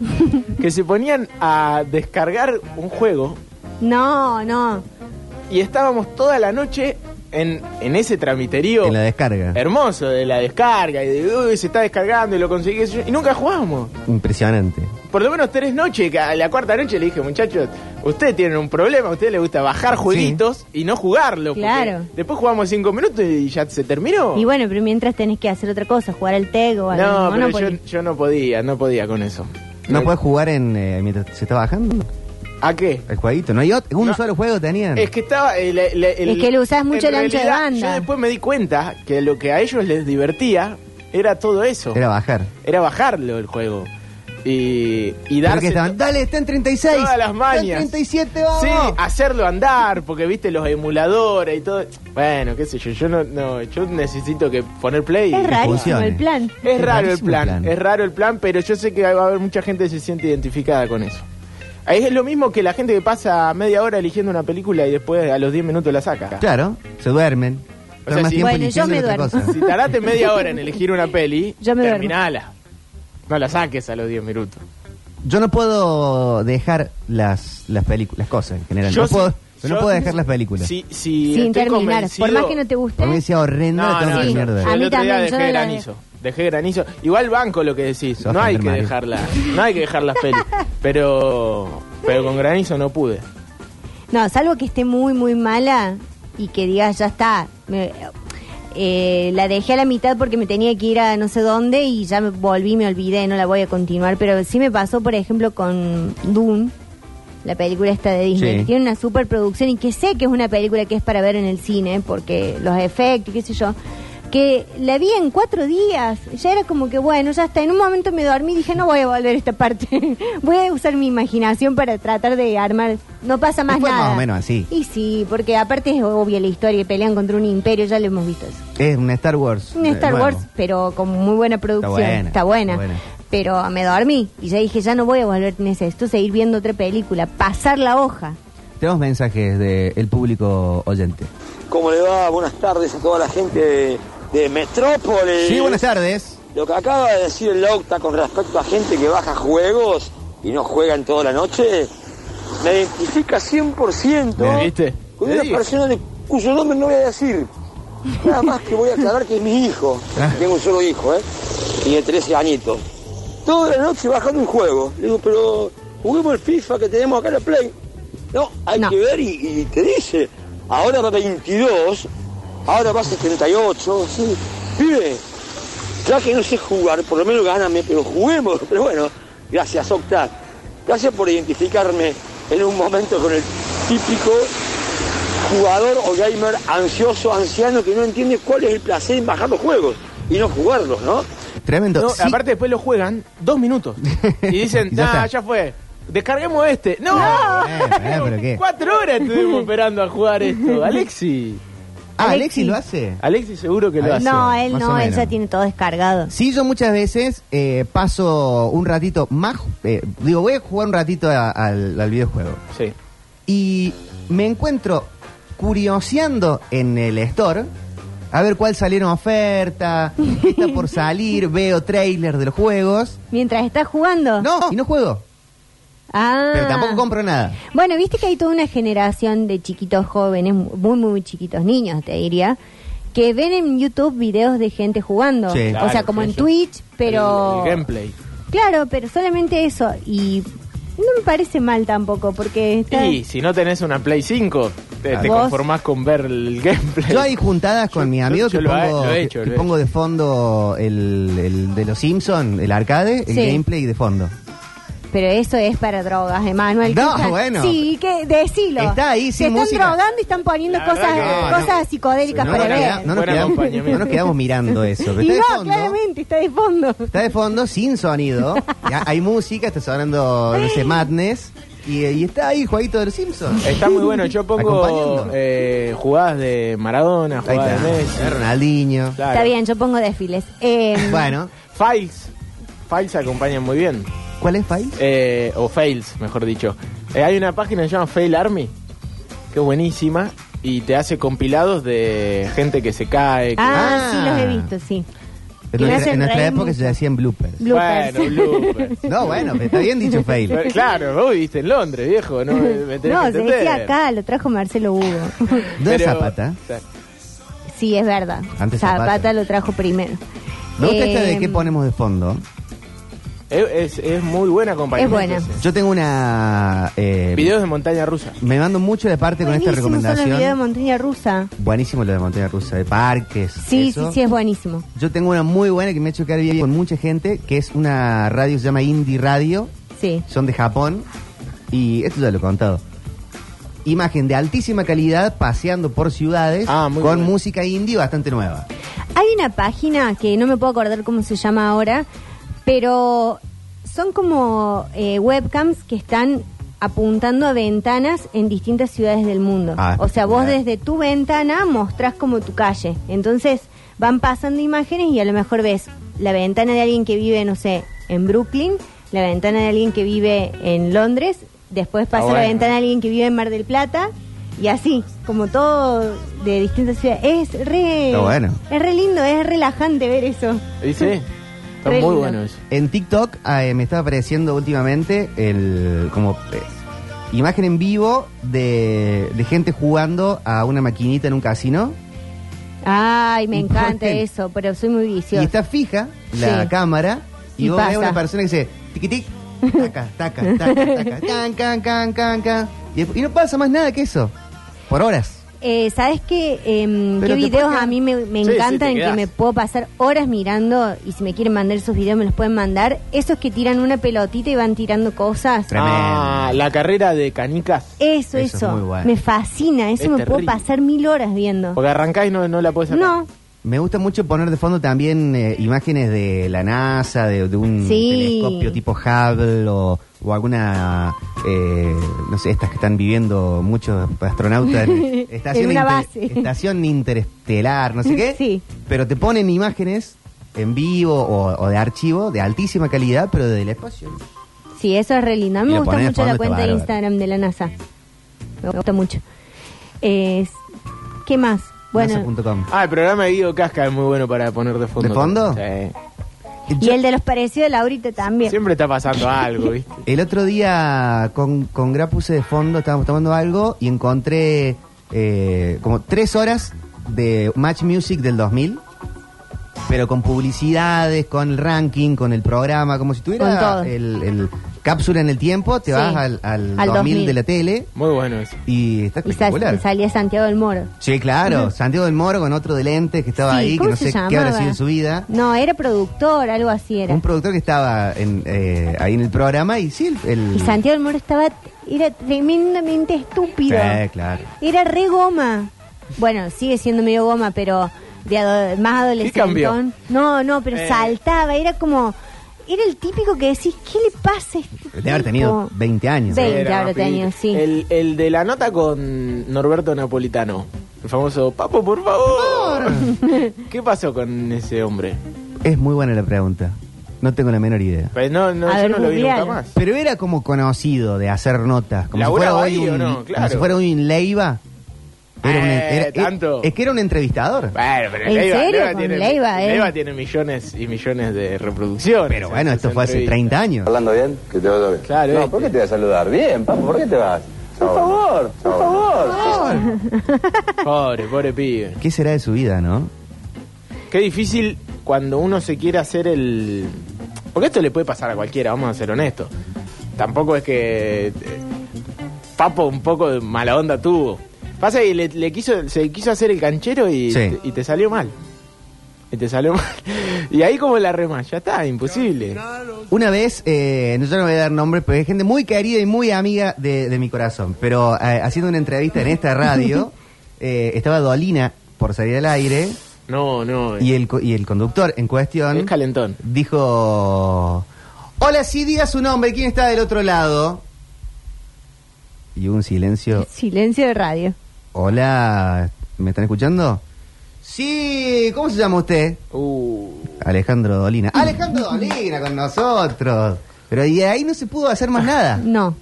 Speaker 4: que se ponían a descargar un juego
Speaker 3: No, no.
Speaker 4: y estábamos toda la noche en, en ese tramiterío
Speaker 2: En la descarga.
Speaker 4: hermoso de la descarga y de, uy, se está descargando y lo conseguí qué sé yo, y nunca jugamos.
Speaker 2: Impresionante.
Speaker 4: Por lo menos tres noches, que a la cuarta noche le dije, muchachos, ustedes tienen un problema, a ustedes les gusta bajar jueguitos y no jugarlo. porque
Speaker 3: Claro.
Speaker 4: Después jugamos cinco minutos y ya se terminó.
Speaker 3: Y bueno, pero mientras tenés que hacer otra cosa, jugar al TEG o algo.
Speaker 4: no, pero yo,
Speaker 3: Monopoly.
Speaker 4: yo no podía, no podía con eso.
Speaker 2: ¿No puedes jugar en eh, mientras se está bajando
Speaker 4: ¿A qué?
Speaker 2: el jueguito? ¿No hay otro? ¿Un solo juego tenían?
Speaker 4: Es que estaba. el- el- el-
Speaker 3: Es que le usás mucho
Speaker 4: en
Speaker 3: el ancho de
Speaker 4: realidad,
Speaker 3: banda.
Speaker 4: Yo después me di cuenta que lo que a ellos les divertía era todo eso.
Speaker 2: Era bajar.
Speaker 4: Era bajarlo el juego. Y, y
Speaker 2: Porque
Speaker 4: darse.
Speaker 2: estaban,
Speaker 4: to-
Speaker 2: dale, está en 36.
Speaker 4: Todas las mañas.
Speaker 2: Está en 37, vamos.
Speaker 4: Sí, hacerlo andar, porque viste los emuladores y todo. Bueno, qué sé yo, yo no, no yo necesito que poner play.
Speaker 3: Es rarísimo
Speaker 2: funcione.
Speaker 3: el plan.
Speaker 4: Es raro el
Speaker 2: rarísimo
Speaker 4: plan,
Speaker 2: plan.
Speaker 4: es raro el plan, pero yo sé que va a haber mucha gente que se siente identificada con eso. Ahí Es lo mismo que la gente que pasa media hora eligiendo una película y después a los 10 minutos la saca.
Speaker 2: Claro, se duermen.
Speaker 4: O
Speaker 2: Están
Speaker 4: sea,
Speaker 2: más
Speaker 4: si-
Speaker 2: tiempo
Speaker 3: Bueno, yo
Speaker 2: eligiendo
Speaker 3: me
Speaker 2: otra
Speaker 3: duermo.
Speaker 2: cosa.
Speaker 4: Si tardaste media hora en elegir una peli,
Speaker 3: Yo me duermo.
Speaker 4: terminala. No la saques a los 10 minutos.
Speaker 2: Yo no puedo dejar las, las películas, las cosas en general. no,
Speaker 4: sí-
Speaker 2: puedo, yo no
Speaker 4: yo-
Speaker 2: puedo dejar las películas.
Speaker 4: Si, si
Speaker 3: Sin
Speaker 4: estoy
Speaker 3: terminar.
Speaker 4: convencido-
Speaker 3: Por más que no te guste.
Speaker 2: Por mí sea horrendo, la
Speaker 4: No,
Speaker 2: tengo
Speaker 4: no,
Speaker 2: que
Speaker 3: sí.
Speaker 2: terminar de ver.
Speaker 4: yo
Speaker 3: A mí
Speaker 4: el otro día
Speaker 3: también, yo
Speaker 4: dejé
Speaker 3: no la
Speaker 4: granizo. Dejé granizo. Igual banco lo que decís.
Speaker 2: Sos
Speaker 4: No hay que
Speaker 2: Superman.
Speaker 4: dejarla. No hay que dejar las pelis. Pero, pero con granizo no pude.
Speaker 3: No, salvo que esté muy, muy mala y que digas, ya está. me- eh, la dejé a la mitad porque me tenía que ir a no sé dónde y ya me volví, me olvidé, no la voy a continuar. Pero sí me pasó, por ejemplo, con Doom, la película esta de Disney,
Speaker 2: Sí.
Speaker 3: que tiene una superproducción y que sé que es una película que es para ver en el cine, porque los efectos, qué sé yo. Que la vi en cuatro días. Ya era como que, bueno, ya está. En un momento me dormí y dije, no voy a volver a esta parte. voy a usar mi imaginación para tratar de armar. No pasa más
Speaker 2: Fue más
Speaker 3: nada.
Speaker 2: o menos así.
Speaker 3: Y sí, porque aparte es obvia la historia, que pelean contra un imperio, ya lo hemos visto eso.
Speaker 2: Es un Star Wars.
Speaker 3: Un
Speaker 2: eh,
Speaker 3: Star
Speaker 2: nuevo.
Speaker 3: Wars, pero con muy buena producción.
Speaker 2: buena,
Speaker 3: Está buena.
Speaker 2: está buena.
Speaker 3: Pero me dormí y ya dije, ya no voy a volver a ese esto, seguir viendo otra película, pasar la hoja.
Speaker 2: Tenemos mensajes del público oyente.
Speaker 6: ¿Cómo le va? Buenas tardes a toda la gente de, de Metrópolis.
Speaker 2: Sí, buenas tardes.
Speaker 6: Lo que acaba de decir el Octa con respecto a gente que baja juegos y no juegan toda la noche, me identifica 100%
Speaker 2: Bien.
Speaker 4: ¿Viste?
Speaker 6: con
Speaker 4: Te
Speaker 6: una
Speaker 4: digo.
Speaker 6: persona de- cuyo nombre no voy a decir. Nada más que voy a aclarar que es mi hijo.
Speaker 2: Ah.
Speaker 6: Tengo un solo hijo, ¿eh? Tiene 13 añitos. Toda la noche bajando un juego. Le digo, pero juguemos el FIFA que tenemos acá en la Play. No, hay
Speaker 3: No.
Speaker 6: que ver y, y te dice. Ahora va 22, ahora va 78. Sí. Pibe, ya que no sé jugar, por lo menos gáname, pero juguemos. Pero bueno, gracias Octa. Gracias por identificarme en un momento con el típico jugador o gamer ansioso, anciano, que no entiende cuál es el placer en bajar los juegos y no jugarlos, ¿no?
Speaker 2: Tremendo.
Speaker 4: No,
Speaker 2: Sí.
Speaker 4: Aparte después lo juegan dos minutos. Y dicen,
Speaker 2: Ya
Speaker 4: nah,
Speaker 2: está.
Speaker 4: ya fue. Descarguemos este. ¡No!
Speaker 2: bueno, eh, pero ¿qué?
Speaker 4: Cuatro horas estuvimos esperando a jugar esto. Alexi.
Speaker 2: Ah,
Speaker 3: Alexi.
Speaker 2: Alexis lo hace.
Speaker 4: Alexi seguro que lo hace.
Speaker 3: No, él
Speaker 2: más o
Speaker 3: no, él
Speaker 2: menos.
Speaker 3: ya tiene todo descargado.
Speaker 2: Sí, yo muchas veces eh, paso un ratito más. eh, digo, voy a jugar un ratito a- al, al videojuego.
Speaker 4: Sí.
Speaker 2: Y me encuentro curioseando en el store a ver cuál salieron oferta, qué está por salir. Veo trailer de los juegos.
Speaker 3: Mientras estás jugando.
Speaker 2: No, y no juego.
Speaker 3: Ah.
Speaker 2: Pero tampoco compro nada.
Speaker 3: Bueno, viste que hay toda una generación de chiquitos jóvenes, muy, muy chiquitos niños, te diría, que ven en YouTube videos de gente jugando.
Speaker 2: Sí.
Speaker 3: o sea,
Speaker 4: Claro,
Speaker 3: como
Speaker 4: sí,
Speaker 3: en
Speaker 4: sí.
Speaker 3: Twitch, pero...
Speaker 4: El- el gameplay.
Speaker 3: Claro, pero solamente eso. Y no me parece mal tampoco, porque está...
Speaker 4: Y si no tenés una Play 5, te, te
Speaker 3: Vos-
Speaker 4: conformás con ver el gameplay.
Speaker 2: Yo hay juntadas con
Speaker 4: Yo-
Speaker 2: mi
Speaker 4: yo-
Speaker 2: amigo
Speaker 4: yo
Speaker 2: que,
Speaker 4: lo he-
Speaker 2: pongo,
Speaker 4: lo he hecho,
Speaker 2: que- que
Speaker 4: lo he
Speaker 2: pongo de fondo el, el de los Simpsons, el arcade, el
Speaker 3: Sí.
Speaker 2: gameplay de fondo.
Speaker 3: Pero eso es para drogas, Emanuel.
Speaker 2: No,
Speaker 3: ¿Qué están-
Speaker 2: bueno.
Speaker 3: Sí, que decilo.
Speaker 2: Está ahí
Speaker 3: Se
Speaker 2: sin
Speaker 3: están
Speaker 2: música.
Speaker 3: drogando y están poniendo
Speaker 4: La
Speaker 3: cosas,
Speaker 4: verdad
Speaker 2: que no,
Speaker 3: cosas
Speaker 4: no.
Speaker 3: psicodélicas
Speaker 2: No nos,
Speaker 3: para
Speaker 4: Buena-
Speaker 2: queda-
Speaker 3: ver.
Speaker 2: no nos
Speaker 4: Buen
Speaker 2: quedamos,
Speaker 4: acompañamiento.
Speaker 2: no nos quedamos mirando eso. pero
Speaker 3: y
Speaker 2: está de
Speaker 3: no,
Speaker 2: fondo,
Speaker 3: claramente, está de fondo.
Speaker 2: Está de fondo sin sonido. Ya hay música, está sonando, no sé, Madness. Y, y está ahí, jueguito de los Simpsons.
Speaker 4: Está muy bueno. Yo pongo
Speaker 2: Acompañando.
Speaker 4: eh, jugadas de Maradona,
Speaker 2: Ahí
Speaker 4: jugadas de Messi.
Speaker 2: está, Ronaldinho.
Speaker 4: Claro.
Speaker 3: Está bien, yo pongo desfiles. Eh,
Speaker 2: Bueno,
Speaker 4: Files. Files acompañan muy bien.
Speaker 2: ¿cuál es File?
Speaker 4: Eh, o Fails, mejor dicho. Eh, hay una página que se llama Fail Army, que es buenísima, y te hace compilados de gente que se cae. que-
Speaker 3: Ah, sí, los
Speaker 2: Ah.
Speaker 3: he visto, sí.
Speaker 2: En
Speaker 3: me
Speaker 2: nuestra,
Speaker 3: hacen
Speaker 2: en nuestra
Speaker 3: reír
Speaker 2: época
Speaker 3: mucho.
Speaker 2: se hacían bloopers.
Speaker 3: Bloopers.
Speaker 4: Bueno, bloopers.
Speaker 2: No, bueno, pero está bien dicho File.
Speaker 4: Pero, claro, vos viviste en Londres, viejo, no me, me tenés
Speaker 3: no,
Speaker 4: que
Speaker 3: se
Speaker 4: entender.
Speaker 3: decía acá, lo trajo Marcelo Hugo.
Speaker 2: ¿Dónde
Speaker 4: Pero-
Speaker 2: Zapata?
Speaker 4: Claro.
Speaker 3: Sí, es verdad.
Speaker 2: Antes
Speaker 3: Zapata,
Speaker 2: Zapata.
Speaker 3: lo trajo primero.
Speaker 2: Me gusta esta de
Speaker 3: Eh,
Speaker 2: qué ponemos de fondo.
Speaker 4: Es, es- es muy buena compañía.
Speaker 3: Es buena.
Speaker 2: Yo tengo una. eh,
Speaker 4: Videos de montaña rusa.
Speaker 2: Me mando mucho de parte con esta
Speaker 3: buenísimo son los videos de
Speaker 2: recomendación.
Speaker 3: montaña rusa.
Speaker 2: Buenísimo lo de montaña rusa, de parques.
Speaker 3: Sí,
Speaker 2: eso.
Speaker 3: sí, sí, es buenísimo.
Speaker 2: Yo tengo una muy buena que me ha hecho quedar bien con mucha gente, que es una radio que se llama Indie Radio.
Speaker 3: Sí.
Speaker 2: Son de Japón. Y esto ya lo he contado. Imagen de altísima calidad paseando por ciudades
Speaker 4: Ah, muy
Speaker 2: con
Speaker 4: bueno.
Speaker 2: música indie bastante nueva.
Speaker 3: Hay una página que no me puedo acordar cómo se llama ahora, pero son como eh, webcams que están apuntando a ventanas en distintas ciudades del mundo.
Speaker 2: Ah,
Speaker 3: o sea, vos
Speaker 2: espectacular.
Speaker 3: desde tu ventana mostrás como tu calle. Entonces van pasando imágenes y a lo mejor ves la ventana de alguien que vive, no sé, en Brooklyn, la ventana de alguien que vive en Londres, después pasa la
Speaker 4: bueno.
Speaker 3: ventana de alguien que vive en Mar del Plata. Y así, como todo de distintas ciudades. Es re
Speaker 2: Está bueno.
Speaker 3: Eh, es re lindo, es relajante ver eso.
Speaker 4: ¿Y sí? Está
Speaker 3: Re
Speaker 4: muy
Speaker 3: lindo.
Speaker 4: bueno eso.
Speaker 2: En TikTok eh, me está apareciendo últimamente el como eh, imagen en vivo de, de gente jugando a una maquinita en un casino.
Speaker 3: Ay, me
Speaker 2: ¿Y por
Speaker 3: encanta
Speaker 2: qué?
Speaker 3: eso, pero soy muy
Speaker 2: Y
Speaker 3: viciosa.
Speaker 2: está fija la
Speaker 3: Sí.
Speaker 2: cámara y,
Speaker 3: Y
Speaker 2: vos ves a una
Speaker 3: pasa.
Speaker 2: persona que dice tiquitic, taca, taca, taca, taca, can, can, can, can, can. Y, después- y no pasa más nada que eso. Por horas.
Speaker 3: Eh, ¿Sabes qué, em,
Speaker 2: Pero
Speaker 3: qué
Speaker 2: te
Speaker 3: videos
Speaker 2: puedes
Speaker 3: a mí me, me
Speaker 4: Sí, sí,
Speaker 3: encantan
Speaker 4: te
Speaker 3: en
Speaker 4: quedás.
Speaker 3: que me puedo pasar horas mirando? Y si me quieren mandar esos videos, me los pueden mandar. Esos que tiran una pelotita y van tirando cosas.
Speaker 2: Tremendo.
Speaker 4: Ah, la carrera de canicas.
Speaker 3: Eso,
Speaker 2: Eso
Speaker 3: eso.
Speaker 2: es muy bueno.
Speaker 3: Me fascina. Eso
Speaker 4: Es
Speaker 3: me puedo
Speaker 4: terrible.
Speaker 3: pasar mil horas viendo.
Speaker 4: Porque arrancáis no, no la podés sacar.
Speaker 3: No,
Speaker 2: Me gusta mucho poner de fondo también eh, imágenes de la NASA, de, de un
Speaker 3: Sí.
Speaker 2: telescopio tipo Hubble o, o alguna, eh, no sé, estas que están viviendo muchos astronautas. En, estación,
Speaker 3: una
Speaker 2: inter-
Speaker 3: base.
Speaker 2: estación interestelar, no sé qué.
Speaker 3: Sí.
Speaker 2: Pero te ponen imágenes en vivo o, o de archivo de altísima calidad, pero del espacio.
Speaker 3: Sí, eso es re lindo. A mí
Speaker 2: Y
Speaker 3: me
Speaker 2: lo
Speaker 3: gusta
Speaker 2: ponés de
Speaker 3: mucho la
Speaker 2: fondo, está
Speaker 3: cuenta de
Speaker 2: bárbaro.
Speaker 3: Instagram de la NASA. Me gusta mucho. Es- ¿Qué más? Bueno,
Speaker 2: NASA.com.
Speaker 4: Ah, el programa de Guido Casca es muy bueno para poner de fondo.
Speaker 2: ¿De fondo?
Speaker 4: Sí.
Speaker 3: y el de los parecidos de Laurita también.
Speaker 4: Siempre está pasando algo, ¿viste?
Speaker 2: El otro día con, con Gra puse de fondo, estábamos tomando algo y encontré eh, como tres horas de Match Music del 2000, pero con publicidades, con el ranking, con el programa, como si
Speaker 3: Con todo.
Speaker 2: tuviera el, el cápsula en el tiempo, te
Speaker 3: Sí,
Speaker 2: vas al, al 2000,
Speaker 3: al 2000.
Speaker 2: de la tele
Speaker 4: Muy bueno eso.
Speaker 2: y está
Speaker 3: Y sal-
Speaker 2: espectacular.
Speaker 3: salía Santiago del Moro.
Speaker 2: Sí, claro, Santiago del Moro con otro de lentes que estaba
Speaker 3: Sí,
Speaker 2: ahí, que
Speaker 3: ¿cómo
Speaker 2: no
Speaker 3: se
Speaker 2: sé qué habrá
Speaker 3: llamaba?
Speaker 2: sido en su vida.
Speaker 3: No, era productor, algo así era.
Speaker 2: Un productor que estaba en, eh, ahí en el programa y sí, el... el-
Speaker 3: Y Santiago del Moro estaba, era tremendamente estúpido.
Speaker 2: Sí, claro.
Speaker 3: Era re goma. Bueno, sigue siendo medio goma, pero de ado- más
Speaker 4: cambió?
Speaker 3: adolescente. No, no, pero
Speaker 4: Eh.
Speaker 3: saltaba, era como... Era el típico que decís, ¿qué le pasa a este
Speaker 2: De haber tenido
Speaker 3: tipo?
Speaker 2: 20 años.
Speaker 3: Veinte
Speaker 4: Era
Speaker 3: habrá
Speaker 4: rapidito.
Speaker 3: tenido, sí.
Speaker 4: El, el de la nota con Norberto Napolitano. El famoso Papo, por favor. ¿Qué pasó con ese hombre?
Speaker 2: Es muy buena la pregunta. No tengo la menor idea.
Speaker 4: Pues no, no,
Speaker 3: A
Speaker 4: yo
Speaker 3: ver,
Speaker 4: no lo vi nunca
Speaker 3: googlealo.
Speaker 4: más.
Speaker 2: Pero era como conocido de hacer notas. Como si
Speaker 4: ¿Laburaba
Speaker 2: fuera
Speaker 4: ahí
Speaker 2: hoy
Speaker 4: o
Speaker 2: un,
Speaker 4: no?
Speaker 2: como
Speaker 4: Claro.
Speaker 2: si fuera hoy un Leiva. Era un-
Speaker 4: Eh,
Speaker 2: era-
Speaker 4: tanto.
Speaker 2: Es que era un entrevistador.
Speaker 4: Bueno, pero
Speaker 3: ¿En serio? Con Leiva, eh.
Speaker 4: tiene millones y millones de reproducciones.
Speaker 2: Pero bueno, esto
Speaker 4: Sus
Speaker 2: fue hace 30
Speaker 4: entrevistas.
Speaker 2: años.
Speaker 7: ¿Hablando bien? Que te vaya bien. No,
Speaker 4: Claro,
Speaker 8: eh.
Speaker 4: ¿viste?
Speaker 7: ¿por qué te voy a saludar? Bien, papo, ¿por qué te vas? Por favor, por favor.
Speaker 4: Pobre, pobre pibe.
Speaker 2: ¿Qué será de su vida, no?
Speaker 4: Qué difícil cuando uno se quiere hacer el... Porque esto le puede pasar a cualquiera, vamos a ser honestos. Tampoco es que... eh, Papo un poco de mala onda tuvo. Pasa que le, le quiso, se quiso hacer el canchero y,
Speaker 2: Sí.
Speaker 4: y te salió mal. Y te salió mal. Y ahí como la rema, ya está, imposible.
Speaker 2: Una vez, eh, yo no voy a dar nombre, pero es gente muy querida y muy amiga de, de mi corazón. Pero eh, haciendo una entrevista en esta radio, eh, estaba Dolina por salir al aire
Speaker 4: No, no.
Speaker 2: y el, co- y el conductor en cuestión...
Speaker 4: Es calentón.
Speaker 2: dijo: Hola, sí, diga su nombre, ¿quién está del otro lado? Y hubo un silencio.
Speaker 3: Silencio de radio.
Speaker 2: Hola, ¿me están escuchando? Sí, ¿cómo se llama usted?
Speaker 4: Uh.
Speaker 2: Alejandro Dolina. Alejandro Dolina con nosotros. Pero y ahí no se pudo hacer más nada,
Speaker 3: No.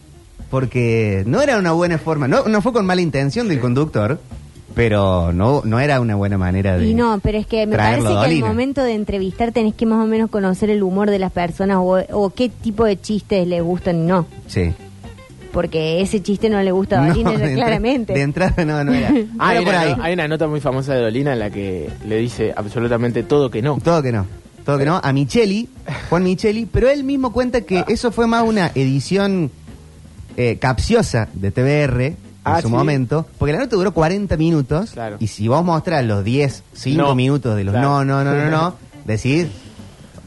Speaker 2: porque no era una buena forma, no, no fue con mala intención del conductor, pero no, no era una buena manera de...
Speaker 3: Y no, pero es que me
Speaker 2: traerlo
Speaker 3: parece que
Speaker 2: a
Speaker 3: al
Speaker 2: Dolina.
Speaker 3: momento de entrevistar tenés que más o menos conocer el humor de las personas o, o qué tipo de chistes les gustan y no.
Speaker 2: Sí.
Speaker 3: porque ese chiste no le gusta a
Speaker 2: No,
Speaker 3: Dolina,
Speaker 2: de entra-
Speaker 3: claramente.
Speaker 2: De entrada no, no era. No
Speaker 4: Ah,
Speaker 2: era
Speaker 4: hay,
Speaker 2: por
Speaker 4: una,
Speaker 2: ahí.
Speaker 4: hay una nota muy famosa de Dolina en la que le dice absolutamente todo que no.
Speaker 2: Todo que no. Todo que no. A Micheli, Juan Micheli, pero él mismo cuenta
Speaker 4: Ah.
Speaker 2: que eso fue más una edición eh, capciosa de TBR en
Speaker 4: Ah,
Speaker 2: su
Speaker 4: sí.
Speaker 2: momento, porque la nota duró 40 minutos
Speaker 4: Claro.
Speaker 2: y si vos mostrás los 10, 5
Speaker 4: No.
Speaker 2: minutos de los
Speaker 4: Claro.
Speaker 2: no, no, no, no, no, decís,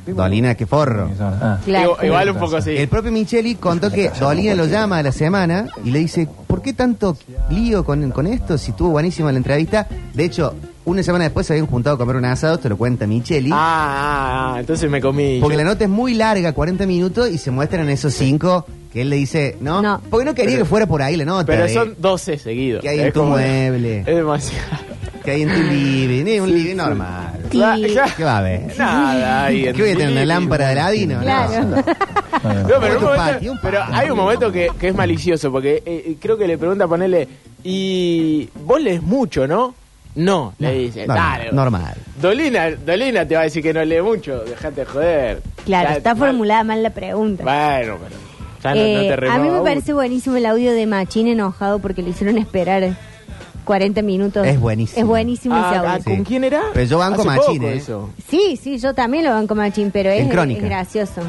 Speaker 2: Dolina, qué forro.
Speaker 3: Claro.
Speaker 4: Igual, igual un poco así.
Speaker 2: El propio Micheli contó que Dolina lo llama a la semana y le dice, ¿por qué tanto lío con, con esto? Si estuvo buenísima la entrevista. De hecho, una semana después se habían juntado a comer un asado, te lo cuenta Micheli.
Speaker 4: Ah, ah, ah, entonces me comí.
Speaker 2: Porque
Speaker 4: Yo-
Speaker 2: la nota es muy larga, 40 minutos, y se muestran esos cinco que él le dice, ¿no?
Speaker 3: No.
Speaker 2: Porque no quería
Speaker 4: Pero-
Speaker 2: que fuera por ahí la nota.
Speaker 4: Pero
Speaker 2: de-
Speaker 4: son 12 seguidos.
Speaker 2: Que hay en
Speaker 4: Es
Speaker 2: tu
Speaker 4: como-
Speaker 2: mueble.
Speaker 4: Es demasiado.
Speaker 2: Que hay en tu living, eh, un living normal.
Speaker 3: Sí.
Speaker 4: Claro, claro.
Speaker 2: ¿Qué va a haber?
Speaker 4: Nada, ahí en
Speaker 2: ¿Qué voy a tener una
Speaker 4: tu
Speaker 2: lámpara de ladino?
Speaker 3: Claro.
Speaker 4: No, pero, en
Speaker 2: Tu
Speaker 4: un momento-
Speaker 2: Ah. patio, un
Speaker 4: pero
Speaker 2: patio.
Speaker 4: hay un momento que, que es malicioso, porque eh, eh, creo que le pregunta, ponele, y vos lees mucho, ¿no? No, le dice, dale.
Speaker 2: normal.
Speaker 4: Dolina, Dolina te va a decir que no lee mucho, dejate de joder.
Speaker 3: Claro,
Speaker 4: Ya,
Speaker 3: está
Speaker 4: mal-
Speaker 3: formulada mal la pregunta.
Speaker 4: Bueno, pero ya no-
Speaker 3: Eh,
Speaker 4: no, te
Speaker 3: a mí
Speaker 4: remova
Speaker 3: me
Speaker 4: uno.
Speaker 3: parece buenísimo el audio de Machín enojado porque le hicieron esperar 40 minutos.
Speaker 2: Es buenísimo.
Speaker 3: Es buenísimo ese
Speaker 4: Ah, ah,
Speaker 3: audio.
Speaker 2: sí.
Speaker 4: ¿Con quién era?
Speaker 2: Pero yo banco
Speaker 4: Hace
Speaker 2: Machín,
Speaker 4: poco
Speaker 2: ¿eh?
Speaker 4: eso.
Speaker 3: Sí, sí, yo también lo banco Machín, pero
Speaker 2: En
Speaker 3: es,
Speaker 2: Crónica.
Speaker 3: es gracioso.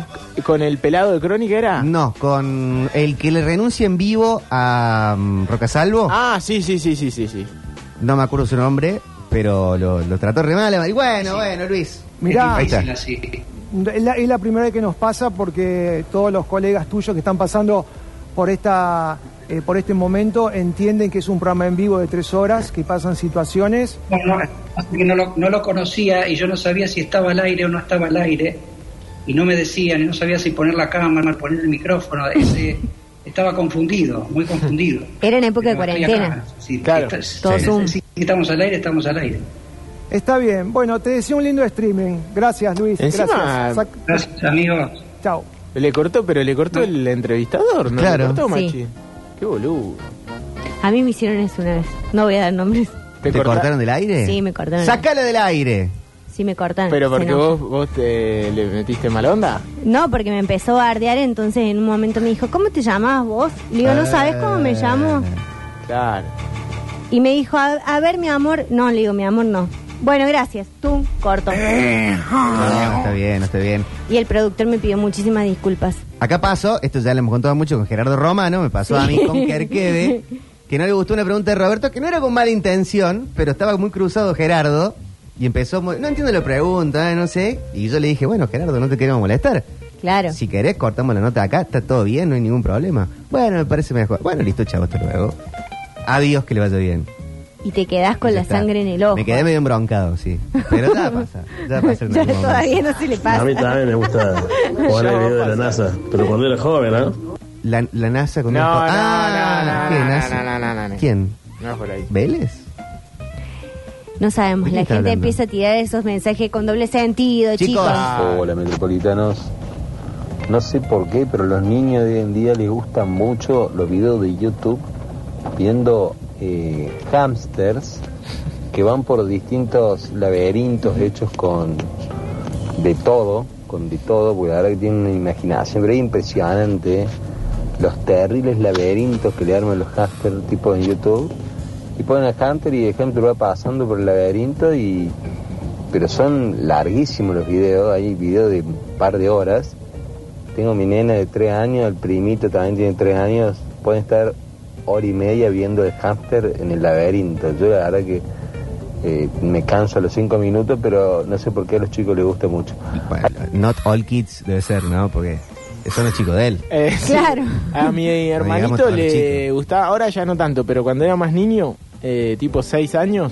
Speaker 4: ¿Con el pelado de Crónica era?
Speaker 2: No, con el que le renuncia en vivo a mm, Rocasalvo,
Speaker 4: Ah, sí, sí, sí, sí, sí, sí.
Speaker 2: no me acuerdo su nombre, pero lo, lo trató re mal. Y bueno, bueno, Luis.
Speaker 9: Mirá.
Speaker 2: ahí está.
Speaker 9: Es la, es la primera vez que nos pasa porque todos los colegas tuyos que están pasando por esta eh, por este momento entienden que es un programa en vivo de tres horas, que pasan situaciones.
Speaker 10: no, no, así que no lo, no lo conocía y yo no sabía si estaba al aire o no estaba al aire y no me decían y no sabía si poner la cámara, poner el micrófono, ese- estaba confundido, muy confundido.
Speaker 3: Era en época de
Speaker 10: Pero estoy
Speaker 3: cuarentena.
Speaker 10: acá, si-
Speaker 4: Claro.
Speaker 10: está- si-
Speaker 3: Todo
Speaker 10: si-
Speaker 3: Zoom.
Speaker 10: si estamos al aire, estamos al aire.
Speaker 9: Está bien. Bueno, te deseo un lindo streaming. Gracias, Luis.
Speaker 4: Encima-
Speaker 9: Gracias. Sac-
Speaker 10: Gracias, amigos.
Speaker 9: Chao.
Speaker 4: Le cortó, pero le cortó el entrevistador, ¿no?
Speaker 2: Claro.
Speaker 4: Le cortó,
Speaker 3: Sí.
Speaker 4: Machín. Qué boludo.
Speaker 3: A mí me hicieron eso una vez. No voy a dar nombres.
Speaker 2: ¿Te,
Speaker 4: corta-
Speaker 2: cortaron del aire?
Speaker 3: Sí, me cortaron.
Speaker 2: ¡Sácalo del aire!
Speaker 3: Sí, me cortan.
Speaker 4: Pero
Speaker 3: Ah, se
Speaker 4: porque
Speaker 3: enoja.
Speaker 4: vos, vos te le metiste mala onda.
Speaker 3: No, porque me empezó a bardear, entonces en un momento me dijo, ¿cómo te llamas vos? Le digo,
Speaker 2: Ah.
Speaker 3: ¿no sabes cómo me llamo?
Speaker 4: Claro.
Speaker 3: Y me dijo, a, a ver, mi amor. No, le digo, mi amor, no. Bueno, gracias. Tú, corto.
Speaker 2: No, no Ah, está bien, no está bien.
Speaker 3: Y el productor me pidió muchísimas disculpas.
Speaker 2: Acá pasó, esto ya lo hemos contado mucho con Gerardo Romano, me pasó a mí con Kerkeve, que no le gustó una pregunta de Roberto, que no era con mala intención, pero estaba muy cruzado Gerardo, y empezó, muy- no entiendo la pregunta, eh, no sé, y yo le dije, bueno, Gerardo, no te queremos molestar.
Speaker 3: Claro.
Speaker 2: Si querés, cortamos la nota acá, está todo bien, no hay ningún problema. Bueno, me parece mejor. Bueno, listo, chavo, hasta luego. Adiós, que le vaya bien.
Speaker 3: Y te quedás con
Speaker 2: Ya
Speaker 3: la
Speaker 2: está.
Speaker 3: sangre en el ojo.
Speaker 2: Me quedé medio embroncado, sí. Pero ya pasa, ya pasa en
Speaker 3: Ya
Speaker 2: algún momento.
Speaker 3: todavía no se le pasa.
Speaker 8: A mí también me gusta jugar el video de la NASA, pero cuando era joven, ¿no?
Speaker 2: La, la NASA con
Speaker 4: No,
Speaker 2: un-
Speaker 4: no,
Speaker 2: Ah,
Speaker 4: no, no,
Speaker 2: ¿qué,
Speaker 4: no,
Speaker 2: NASA?
Speaker 4: no, no, no, no.
Speaker 2: ¿Quién?
Speaker 4: No, por ahí.
Speaker 2: ¿Vélez?
Speaker 3: No sabemos,
Speaker 2: ¿De
Speaker 3: la
Speaker 2: qué está
Speaker 3: gente
Speaker 2: hablando?
Speaker 3: empieza a tirar esos mensajes con doble sentido,
Speaker 2: Chicos.
Speaker 3: chicos.
Speaker 7: Hola, metropolitanos. No sé por qué, pero los niños de hoy en día les gustan mucho los videos de YouTube viendo eh, hamsters que van por distintos laberintos hechos con de todo, con de todo, porque ahora que tienen una imaginación, pero es impresionante los terribles laberintos que le arman los hamsters tipo en YouTube. Y ponen a Hunter y el Hunter va pasando por el laberinto y pero son larguísimos los videos, hay videos de un par de horas. Tengo mi nena de tres años, el primito también tiene tres años, pueden estar hora y media viendo el hámster en el laberinto. Yo la verdad que eh, me canso a los cinco minutos, pero no sé por qué a los chicos les gusta mucho.
Speaker 2: Bueno, not all kids debe ser, ¿no? Porque son los chicos de él.
Speaker 4: Eh, sí.
Speaker 3: Claro.
Speaker 4: A mi
Speaker 2: digamos
Speaker 4: hermanito
Speaker 2: tan
Speaker 4: le
Speaker 2: chico.
Speaker 4: gustaba, ahora ya no tanto, pero cuando era más niño, eh, tipo 6 años,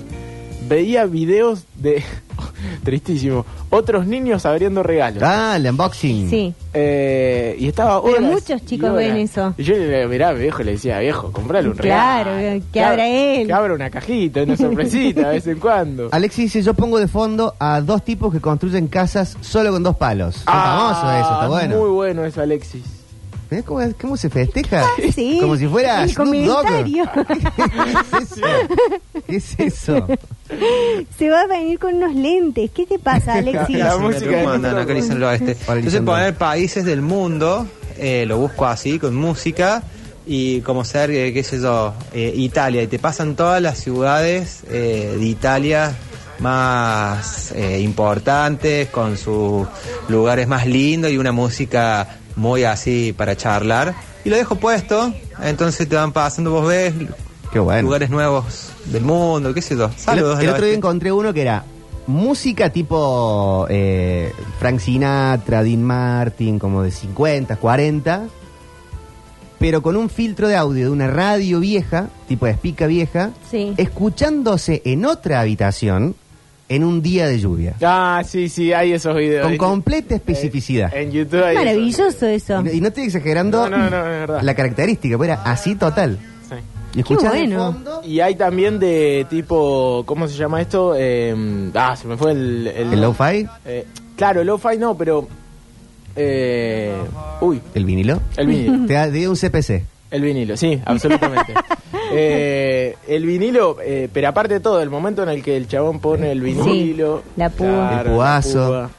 Speaker 4: veía videos de, tristísimo, otros niños abriendo regalos.
Speaker 2: Ah, el unboxing.
Speaker 3: Sí.
Speaker 4: Eh, y estaba
Speaker 3: Pero
Speaker 4: horas
Speaker 3: muchos chicos
Speaker 4: y horas.
Speaker 3: ven eso.
Speaker 4: Y yo le miraba a mi viejo y le decía, viejo, comprale un
Speaker 3: Claro,
Speaker 4: regalo.
Speaker 3: que abra él.
Speaker 4: Que abra una cajita, una sorpresita de vez en cuando.
Speaker 2: Alexis dice, yo pongo de fondo a dos tipos que construyen casas solo con dos palos. Está famoso eso, está bueno.
Speaker 4: Ah, Muy bueno eso, Alexis.
Speaker 2: ¿Ves cómo, es- cómo se festeja?
Speaker 3: Ah, sí.
Speaker 2: Como si fuera
Speaker 3: El
Speaker 2: Snoop Dogg.
Speaker 3: comentario.
Speaker 2: ¿Qué es eso? ¿Qué es eso?
Speaker 3: Se va a venir con unos lentes. ¿Qué te pasa, Alexis?
Speaker 4: La música de Nintendo.
Speaker 2: Hola, Lisandro.
Speaker 11: eh, países del mundo, lo busco así, con música, y como ser, eh, qué sé yo, eh, Italia, y te pasan todas las ciudades eh, de Italia más eh, importantes, con sus lugares más lindos y una música muy así para charlar. Y lo dejo puesto, entonces te van pasando, vos ves
Speaker 2: Qué bueno.
Speaker 11: lugares nuevos del mundo, qué sé yo.
Speaker 2: El,
Speaker 11: Saludos.
Speaker 2: el
Speaker 11: a la
Speaker 2: otro día
Speaker 11: bestia.
Speaker 2: encontré uno que era música tipo eh, Frank Sinatra, Dean Martin, como de 50, 40, pero con un filtro de audio de una radio vieja, tipo de espica vieja,
Speaker 3: Sí.
Speaker 2: escuchándose en otra habitación en un día de lluvia.
Speaker 4: Ah, sí, sí, hay esos videos.
Speaker 2: Con completa especificidad.
Speaker 4: En YouTube hay esos.
Speaker 3: Maravilloso eso.
Speaker 2: Y no- Y no estoy exagerando
Speaker 4: Eh, No, no, no, es verdad.
Speaker 2: la característica, pero era así total.
Speaker 4: Sí.
Speaker 2: Y escuchás de
Speaker 3: bueno.
Speaker 2: fondo
Speaker 4: Y hay también de tipo, ¿cómo se llama esto? Eh, ah, se me fue el...
Speaker 2: el lo-fi,
Speaker 4: eh, claro, el lo-fi no, pero... eh, uy,
Speaker 2: el vinilo,
Speaker 4: el vinilo.
Speaker 2: te da de un CPC.
Speaker 4: El vinilo, sí, absolutamente. Eh, el vinilo, eh, pero aparte de todo, el momento en el que el chabón pone el vinilo.
Speaker 3: Sí, la púa.
Speaker 4: claro,
Speaker 2: El puazo.
Speaker 4: la púa.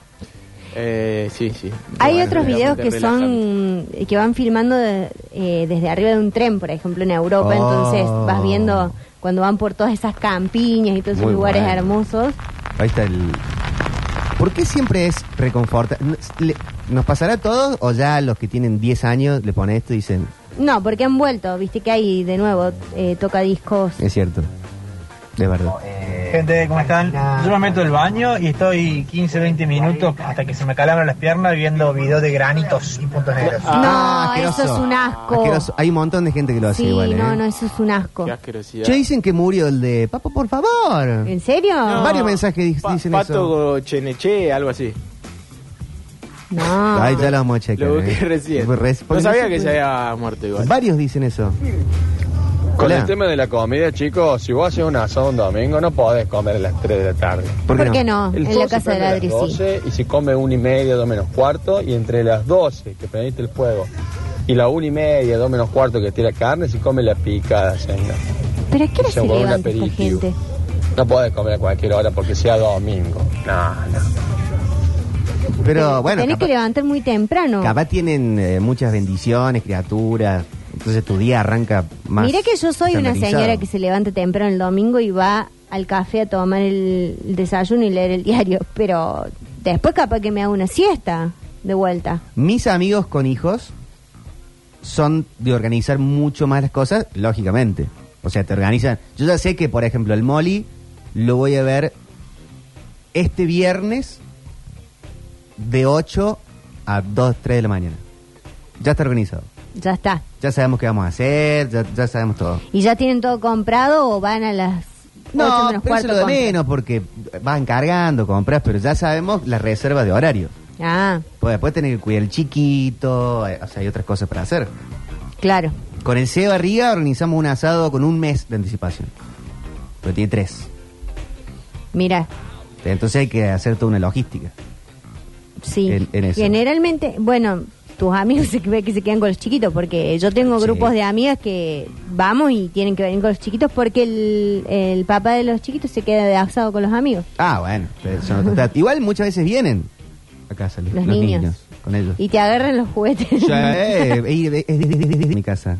Speaker 4: Eh, sí, sí.
Speaker 3: Hay
Speaker 4: Bueno,
Speaker 3: otros videos
Speaker 4: realmente
Speaker 3: que
Speaker 4: relajante.
Speaker 3: son que van filmando de- eh, desde arriba de un tren, por ejemplo, en Europa.
Speaker 2: Oh.
Speaker 3: Entonces vas viendo cuando van por todas esas campiñas y todos esos
Speaker 2: Muy
Speaker 3: lugares
Speaker 2: bueno.
Speaker 3: hermosos.
Speaker 2: Ahí está el. ¿Por qué siempre es reconforta? N- le- ¿Nos pasará a todos o ya a los que tienen 10 años le pone esto y dicen,
Speaker 3: No, porque han vuelto, viste que hay de nuevo eh, tocadiscos.
Speaker 2: es cierto? De verdad.
Speaker 11: Gente, ¿cómo están? Yo me meto al baño y estoy 15, 20 minutos hasta que se me calabran las piernas viendo videos de granitos y puntos negros.
Speaker 3: No,
Speaker 2: Ah, asqueroso.
Speaker 3: eso es un asco.
Speaker 2: Asqueroso. Hay un montón de gente que lo hace
Speaker 3: sí,
Speaker 2: igual. ¿eh?
Speaker 3: no, no, eso es un asco.
Speaker 4: Qué asquerosidad.
Speaker 2: Che, dicen que murió el de Papo, por favor.
Speaker 3: ¿En serio?
Speaker 2: Varios mensajes di-
Speaker 4: Pa-
Speaker 2: dicen eso.
Speaker 4: Pato Cheneche, algo así.
Speaker 3: No.
Speaker 2: Ay, ya lo vamos a checar.
Speaker 4: Lo busqué
Speaker 2: ¿eh?
Speaker 4: recién.
Speaker 2: Res-
Speaker 4: no
Speaker 2: porque
Speaker 4: sabía
Speaker 2: se
Speaker 4: que se
Speaker 2: puede-
Speaker 4: había muerto igual.
Speaker 2: Varios dicen eso.
Speaker 7: Con
Speaker 2: Hola.
Speaker 7: el tema de la comida, chicos, si vos haces un asado un domingo, no podés comer a las 3 de la tarde.
Speaker 2: ¿Por qué no?
Speaker 7: El
Speaker 3: En la
Speaker 7: todo se
Speaker 3: casa de
Speaker 7: prende a las
Speaker 3: Adri, sí.
Speaker 7: 12 y se come una y media, dos menos cuarto, y entre las 12 que prendiste el fuego y la una y media, dos menos cuarto que tira carne, se come la picada, señor.
Speaker 3: Pero ¿a qué hora
Speaker 7: Se
Speaker 3: se
Speaker 7: vuelve un
Speaker 3: levanta esta
Speaker 7: aperitivo.
Speaker 3: gente?
Speaker 7: No podés comer a cualquier hora porque sea domingo. No, no.
Speaker 2: Pero bueno.
Speaker 3: Tenés
Speaker 2: capaz-
Speaker 3: que levantar muy temprano.
Speaker 2: Capaz tienen eh, muchas bendiciones, criaturas. Entonces tu día arranca más.
Speaker 3: Mira que yo soy una
Speaker 2: estandarizado.
Speaker 3: señora que se levanta temprano el domingo y va al café a tomar el el desayuno y leer el diario, pero después capaz que me hago una siesta de vuelta.
Speaker 2: Mis amigos con hijos son de organizar mucho más las cosas, lógicamente. O sea, te organizan. Yo ya sé que, por ejemplo, el Molly lo voy a ver este viernes de 8 a 2, 3 de la mañana. Ya está organizado.
Speaker 3: Ya está.
Speaker 2: Ya sabemos qué vamos a hacer, ya, ya sabemos todo.
Speaker 3: ¿Y ya tienen todo comprado o van a las ocho
Speaker 2: No,
Speaker 3: menos
Speaker 2: pero eso
Speaker 3: cuarto?
Speaker 2: lo de
Speaker 3: compran?
Speaker 2: menos porque van cargando, compras, pero ya sabemos las reservas de horario.
Speaker 3: Ah,
Speaker 2: Pues después tener que cuidar el chiquito, eh, o sea, hay otras cosas para hacer.
Speaker 3: claro.
Speaker 2: Con el Seba Ría organizamos un asado con un mes de anticipación. Pero tiene tres.
Speaker 3: Mira,
Speaker 2: Entonces hay que hacer toda una logística.
Speaker 3: sí.
Speaker 2: En- en eso.
Speaker 3: Generalmente, bueno, tus amigos se ve que se quedan con los chiquitos porque yo tengo
Speaker 2: Sí.
Speaker 3: grupos de amigas que vamos y tienen que venir con los chiquitos porque el, el papá de los chiquitos se queda de asado con los amigos.
Speaker 2: Ah, bueno. pero eso no está- Igual muchas veces vienen a casa los,
Speaker 3: Los
Speaker 2: los niños.
Speaker 3: niños.
Speaker 2: con ellos.
Speaker 3: Y te agarran los juguetes.
Speaker 2: Ya, eh, eh, eh, eh, eh, eh, eh, eh, mi casa.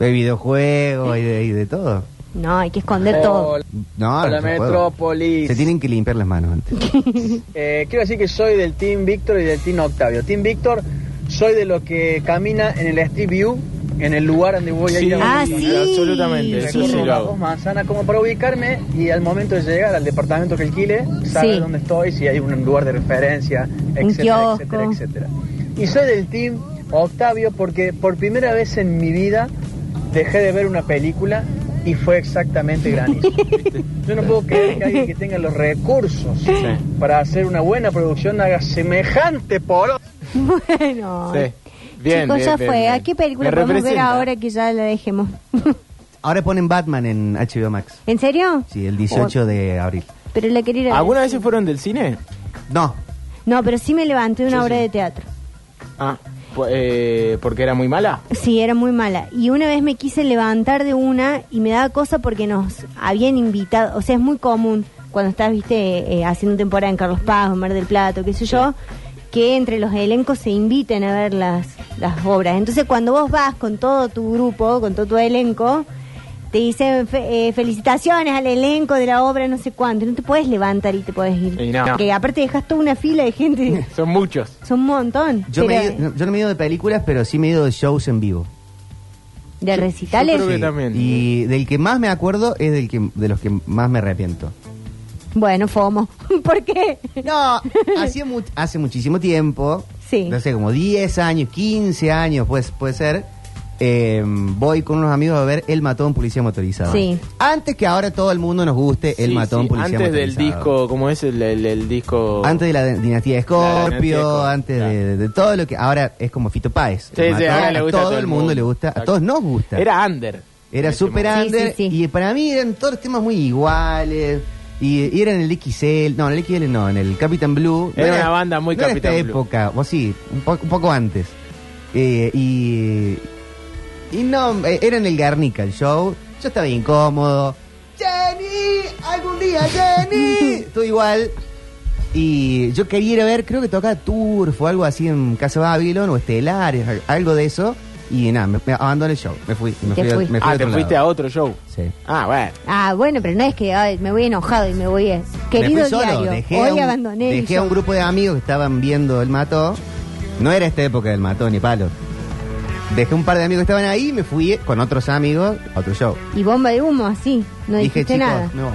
Speaker 2: De videojuegos y de, y de todo.
Speaker 3: No, hay que esconder todo.
Speaker 2: Ah, No,
Speaker 11: Hola,
Speaker 2: no se puede.
Speaker 11: Metrópolis.
Speaker 2: Se tienen que limpiar las manos antes.
Speaker 11: Eh, quiero decir que soy del Team Víctor y del Team Octavio. Team Víctor, soy de los que camina en el Street View, en el lugar donde voy a
Speaker 4: Sí,
Speaker 11: ir a
Speaker 3: Ah, sí.
Speaker 4: absolutamente, eso
Speaker 3: Sí.
Speaker 4: sí lo hago.
Speaker 11: manzanas como para ubicarme y al momento de llegar al departamento que alquile, saber
Speaker 3: Sí.
Speaker 11: dónde estoy, si hay un lugar de referencia, etcétera,
Speaker 3: kiosco.
Speaker 11: etcétera, etcétera. Y soy del team Octavio porque por primera vez en mi vida dejé de ver una película y fue exactamente granizo. Yo no puedo creer que alguien que tenga los recursos para hacer una buena producción haga semejante poro.
Speaker 3: Bueno.
Speaker 4: Sí. Bien,
Speaker 3: Chicos,
Speaker 4: bien,
Speaker 3: ya
Speaker 4: bien,
Speaker 3: fue.
Speaker 4: bien.
Speaker 3: ¿A qué película
Speaker 4: Me
Speaker 3: podemos ver
Speaker 4: representa.
Speaker 3: ahora que ya la dejemos?
Speaker 2: Ahora ponen Batman en HBO Max.
Speaker 3: ¿En serio?
Speaker 2: Sí, el 18 de abril.
Speaker 3: Pero la quería ir a ver.
Speaker 4: ¿Alguna vez se fueron del cine?
Speaker 2: No,
Speaker 3: No, pero sí me levanté una obra de teatro.
Speaker 4: Ah, pues, eh, porque era muy mala.
Speaker 3: Sí, era muy mala. Y una vez me quise levantar de una y me daba cosa porque nos habían invitado. O sea, es muy común cuando estás, viste, eh, haciendo temporada en Carlos Paz o Mar del Plato, qué sé yo, que entre los elencos se inviten a ver las, las obras. Entonces cuando vos vas con todo tu grupo, con todo tu elenco, te dicen fe- eh, felicitaciones al elenco de la obra, no sé cuánto, no te puedes levantar y te puedes ir.
Speaker 4: Y no.
Speaker 3: Porque aparte dejas toda una fila de gente,
Speaker 4: Son muchos.
Speaker 3: son un montón.
Speaker 2: Yo, me
Speaker 3: Pero,
Speaker 2: he ido- no, yo no me he ido de películas, pero sí me he ido de shows en vivo.
Speaker 3: de recitales.
Speaker 4: creo que
Speaker 2: Sí.
Speaker 4: también.
Speaker 2: Y del que más me acuerdo es del que, de los que más me arrepiento.
Speaker 3: Bueno, FOMO. ¿Por qué?
Speaker 2: No, hacía mu- hace muchísimo tiempo,
Speaker 3: Sí.
Speaker 2: no sé, como 10 años, 15 años pues, puede ser, eh, voy con unos amigos a ver El Mató a un Policía Motorizado.
Speaker 3: Sí.
Speaker 2: Antes que ahora todo el mundo nos guste El
Speaker 4: Sí,
Speaker 2: Mató a un
Speaker 4: sí,
Speaker 2: Policía
Speaker 4: Antes del
Speaker 2: Motorizado.
Speaker 4: disco, ¿cómo es el, el- el disco?
Speaker 2: Antes de la de- dinastía de
Speaker 4: La dinastía de
Speaker 2: Scorpio,
Speaker 4: Scorpio,
Speaker 2: antes
Speaker 4: claro.
Speaker 2: de, de todo lo que ahora es como Fito Páez.
Speaker 4: Sí,
Speaker 2: El
Speaker 4: sí,
Speaker 2: Mató,
Speaker 4: ahora le gusta
Speaker 2: a todo, el mundo, le gusta, a
Speaker 4: Exacto.
Speaker 2: todos nos gusta.
Speaker 4: Era Under.
Speaker 2: Era super
Speaker 3: momento.
Speaker 2: under
Speaker 3: Sí, sí, sí.
Speaker 2: y para mí eran todos los temas muy iguales. Y, y era en el XL, no, en el XL no, en el Capitán Blue. No
Speaker 4: Era una banda muy
Speaker 2: no era
Speaker 4: Capitán
Speaker 2: esta
Speaker 4: Blue.
Speaker 2: época, o sí, un, po- un poco antes. Eh, y. Y no, eh, era en el Garnica el show. Yo estaba incómodo. ¡Jenny! ¡Algún día, Jenny! Todo igual. Y yo quería ir a ver, creo que tocaba Turf o algo así en Casa Babylon o Estelares, al- algo de eso. Y nada, me, me abandoné el show. Me fui. Me
Speaker 3: Te
Speaker 2: fui, a-
Speaker 3: fui.
Speaker 2: me fui a
Speaker 4: Ah, te
Speaker 2: otro
Speaker 4: fuiste
Speaker 2: lado.
Speaker 4: a otro show.
Speaker 2: Sí.
Speaker 4: Ah, bueno.
Speaker 3: Ah, bueno, pero no es que ay, me voy enojado y me voy a...
Speaker 2: Me
Speaker 3: Querido
Speaker 2: fui solo,
Speaker 3: diario,
Speaker 2: dejé
Speaker 3: hoy
Speaker 2: a un,
Speaker 3: abandoné el
Speaker 2: Dejé a un
Speaker 3: show.
Speaker 2: grupo de amigos que estaban viendo el mató. No era esta época del mató ni palo. Dejé un par de amigos que estaban ahí y me fui con otros amigos a otro show.
Speaker 3: Y bomba de humo, así. No
Speaker 2: dije,
Speaker 3: dijiste
Speaker 2: chicos,
Speaker 3: nada.
Speaker 2: no, no.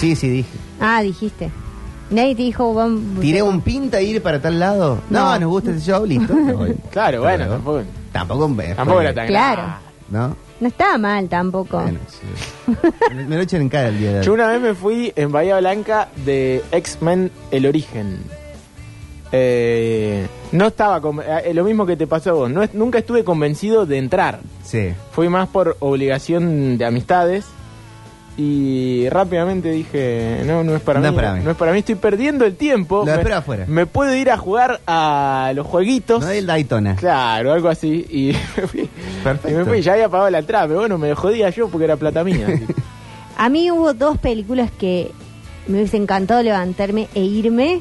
Speaker 2: Sí, sí, dije.
Speaker 3: Ah, dijiste. Nadie te dijo bomba.
Speaker 2: Tiré un pinta a ir para tal lado. No,
Speaker 3: No.
Speaker 2: nos gusta ese show, listo. me voy.
Speaker 4: Claro,
Speaker 2: Hasta
Speaker 4: bueno,
Speaker 2: luego.
Speaker 4: tampoco,
Speaker 2: Tampoco, me-
Speaker 4: tampoco era tan Ah.
Speaker 3: Claro.
Speaker 4: grave.
Speaker 2: ¿No?
Speaker 3: No estaba mal tampoco.
Speaker 2: Bueno, sí. Me- Me lo echan en cara el día de hoy.
Speaker 4: Yo una vez me fui en Bahía Blanca de X-Men El Origen. Eh, no estaba. con- eh, lo mismo que te pasó a vos. No es- nunca estuve convencido de entrar.
Speaker 2: Sí.
Speaker 4: Fui más por obligación de amistades. Y rápidamente dije: No, no es para,
Speaker 2: No es
Speaker 4: mí,
Speaker 2: para mí.
Speaker 4: No es para mí. Estoy perdiendo el tiempo.
Speaker 2: Lo
Speaker 4: me,
Speaker 2: espero afuera.
Speaker 4: Me puedo ir a jugar a los jueguitos.
Speaker 2: No del Daytona.
Speaker 4: Claro, algo así. Y me fui.
Speaker 2: Perfecto.
Speaker 4: Y me fui. Ya había pagado la entrada, pero bueno, me lo jodía yo porque era plata mía. así.
Speaker 3: A mí hubo dos películas que me hubiese encantado levantarme e irme.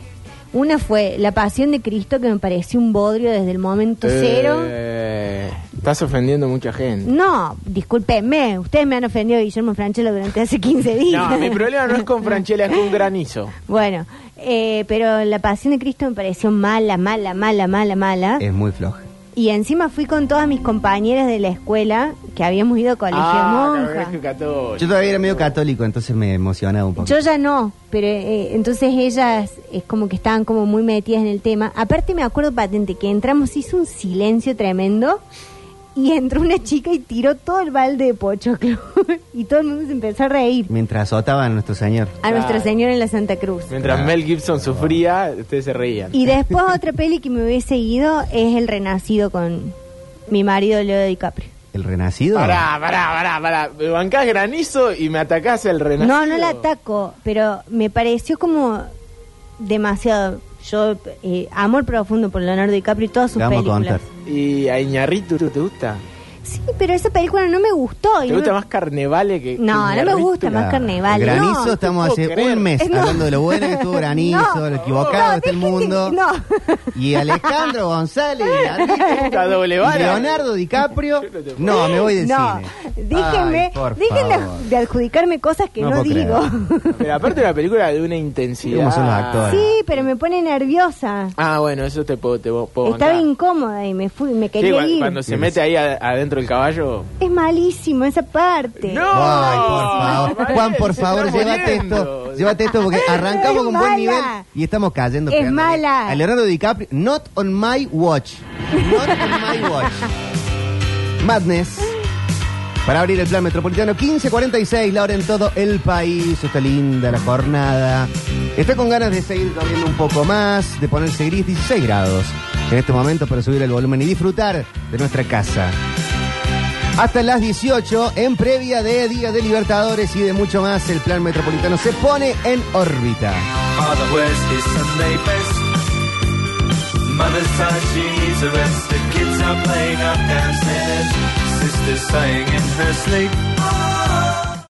Speaker 3: Una fue La Pasión de Cristo, que me pareció un bodrio desde el momento cero.
Speaker 4: Eh, estás ofendiendo a mucha gente.
Speaker 3: No, discúlpenme, ustedes me han ofendido Guillermo Franchella durante hace 15 días.
Speaker 4: No, mi problema no es con Franchella, es con granizo.
Speaker 3: Bueno, eh, pero La Pasión de Cristo me pareció mala, mala, mala, mala, mala.
Speaker 2: Es muy floja.
Speaker 3: Y encima fui con todas mis compañeras de la escuela, que habíamos ido a colegio
Speaker 4: Ah,
Speaker 3: monja.
Speaker 4: colegio católico.
Speaker 2: Yo todavía era medio católico, entonces me emocionaba un poco.
Speaker 3: Yo ya no, pero eh, entonces ellas es como que estaban como muy metidas en el tema. Aparte me acuerdo patente que entramos, hizo un silencio tremendo y entró una chica y tiró todo el balde de pochoclo y todo el mundo se empezó a reír
Speaker 2: Mientras azotaba a nuestro señor.
Speaker 3: a nuestro Señor en la Santa Cruz.
Speaker 2: Ah.
Speaker 4: Mientras Mel Gibson sufría, ustedes se reían.
Speaker 3: Y después otra peli que me hubiese ido es El Renacido con mi marido Leo DiCaprio.
Speaker 2: ¿El renacido?
Speaker 4: Pará, pará, pará, pará. Me bancás granizo y me atacás el renacido.
Speaker 3: No, no la ataco, pero me pareció como demasiado. Yo, eh, amor profundo por Leonardo DiCaprio y todas sus
Speaker 2: Te vamos a
Speaker 3: películas.
Speaker 2: contar.
Speaker 4: ¿Y a Iñarritu te gusta?
Speaker 3: Sí, pero esa película no me gustó. y
Speaker 4: ¿Te
Speaker 3: no
Speaker 4: gusta
Speaker 3: me-
Speaker 4: más Carnevale que.?
Speaker 3: No,
Speaker 4: que
Speaker 3: no me
Speaker 4: Iñárritu?
Speaker 3: gusta más Carnaval.
Speaker 2: Granizo,
Speaker 3: no.
Speaker 2: estamos
Speaker 4: no
Speaker 2: hace
Speaker 4: puedo creer.
Speaker 2: un mes
Speaker 3: Eh, no.
Speaker 2: hablando de lo bueno que estuvo granizo, lo equivocado
Speaker 3: No,
Speaker 2: que está el
Speaker 3: dejen de-
Speaker 2: mundo.
Speaker 3: no.
Speaker 2: Y Alejandro González y Andrés,
Speaker 4: Está doble
Speaker 2: y
Speaker 4: vara.
Speaker 2: Leonardo DiCaprio. No, me voy del
Speaker 3: No,
Speaker 2: cine.
Speaker 3: déjenme,
Speaker 2: Ay, por
Speaker 3: dejen de-
Speaker 2: favor.
Speaker 3: de adjudicarme cosas que
Speaker 2: No
Speaker 3: no,
Speaker 2: puedo
Speaker 3: digo.
Speaker 4: Pero aparte una película de una intensidad.
Speaker 2: ¿Cómo son los actores?
Speaker 3: sí, pero me pone nerviosa.
Speaker 4: Ah, bueno, eso te puedo, te puedo- puedo
Speaker 3: Estaba
Speaker 4: bancar.
Speaker 3: incómoda y me fui, me
Speaker 4: Sí,
Speaker 3: quería
Speaker 4: cuando,
Speaker 3: ir.
Speaker 4: cuando se mete ahí a- adentro el caballo.
Speaker 3: Es malísimo esa parte.
Speaker 4: ¡No!
Speaker 2: Ay,
Speaker 4: No,
Speaker 2: por favor.
Speaker 4: Mariel,
Speaker 2: Juan, por
Speaker 4: se
Speaker 2: favor,
Speaker 4: está
Speaker 2: llévate
Speaker 4: muriendo.
Speaker 2: esto. Llévate esto porque arrancamos
Speaker 3: Es
Speaker 2: con buen
Speaker 3: mala.
Speaker 2: nivel y estamos cayendo.
Speaker 3: Es
Speaker 2: pegando.
Speaker 3: mala.
Speaker 2: A Leonardo DiCaprio, not on my watch. Not on my watch. Madness. Para abrir el plan metropolitano 1546, la hora en todo el país. Está linda la jornada. Está con ganas de seguir corriendo un poco más, de ponerse gris 16 grados en este momento para subir el volumen y disfrutar de nuestra casa. Hasta las 18, en previa de Día de Libertadores y de mucho más, el plan metropolitano se pone en órbita.
Speaker 12: Kids are playing up downstairs. Sister's sighing in her sleep.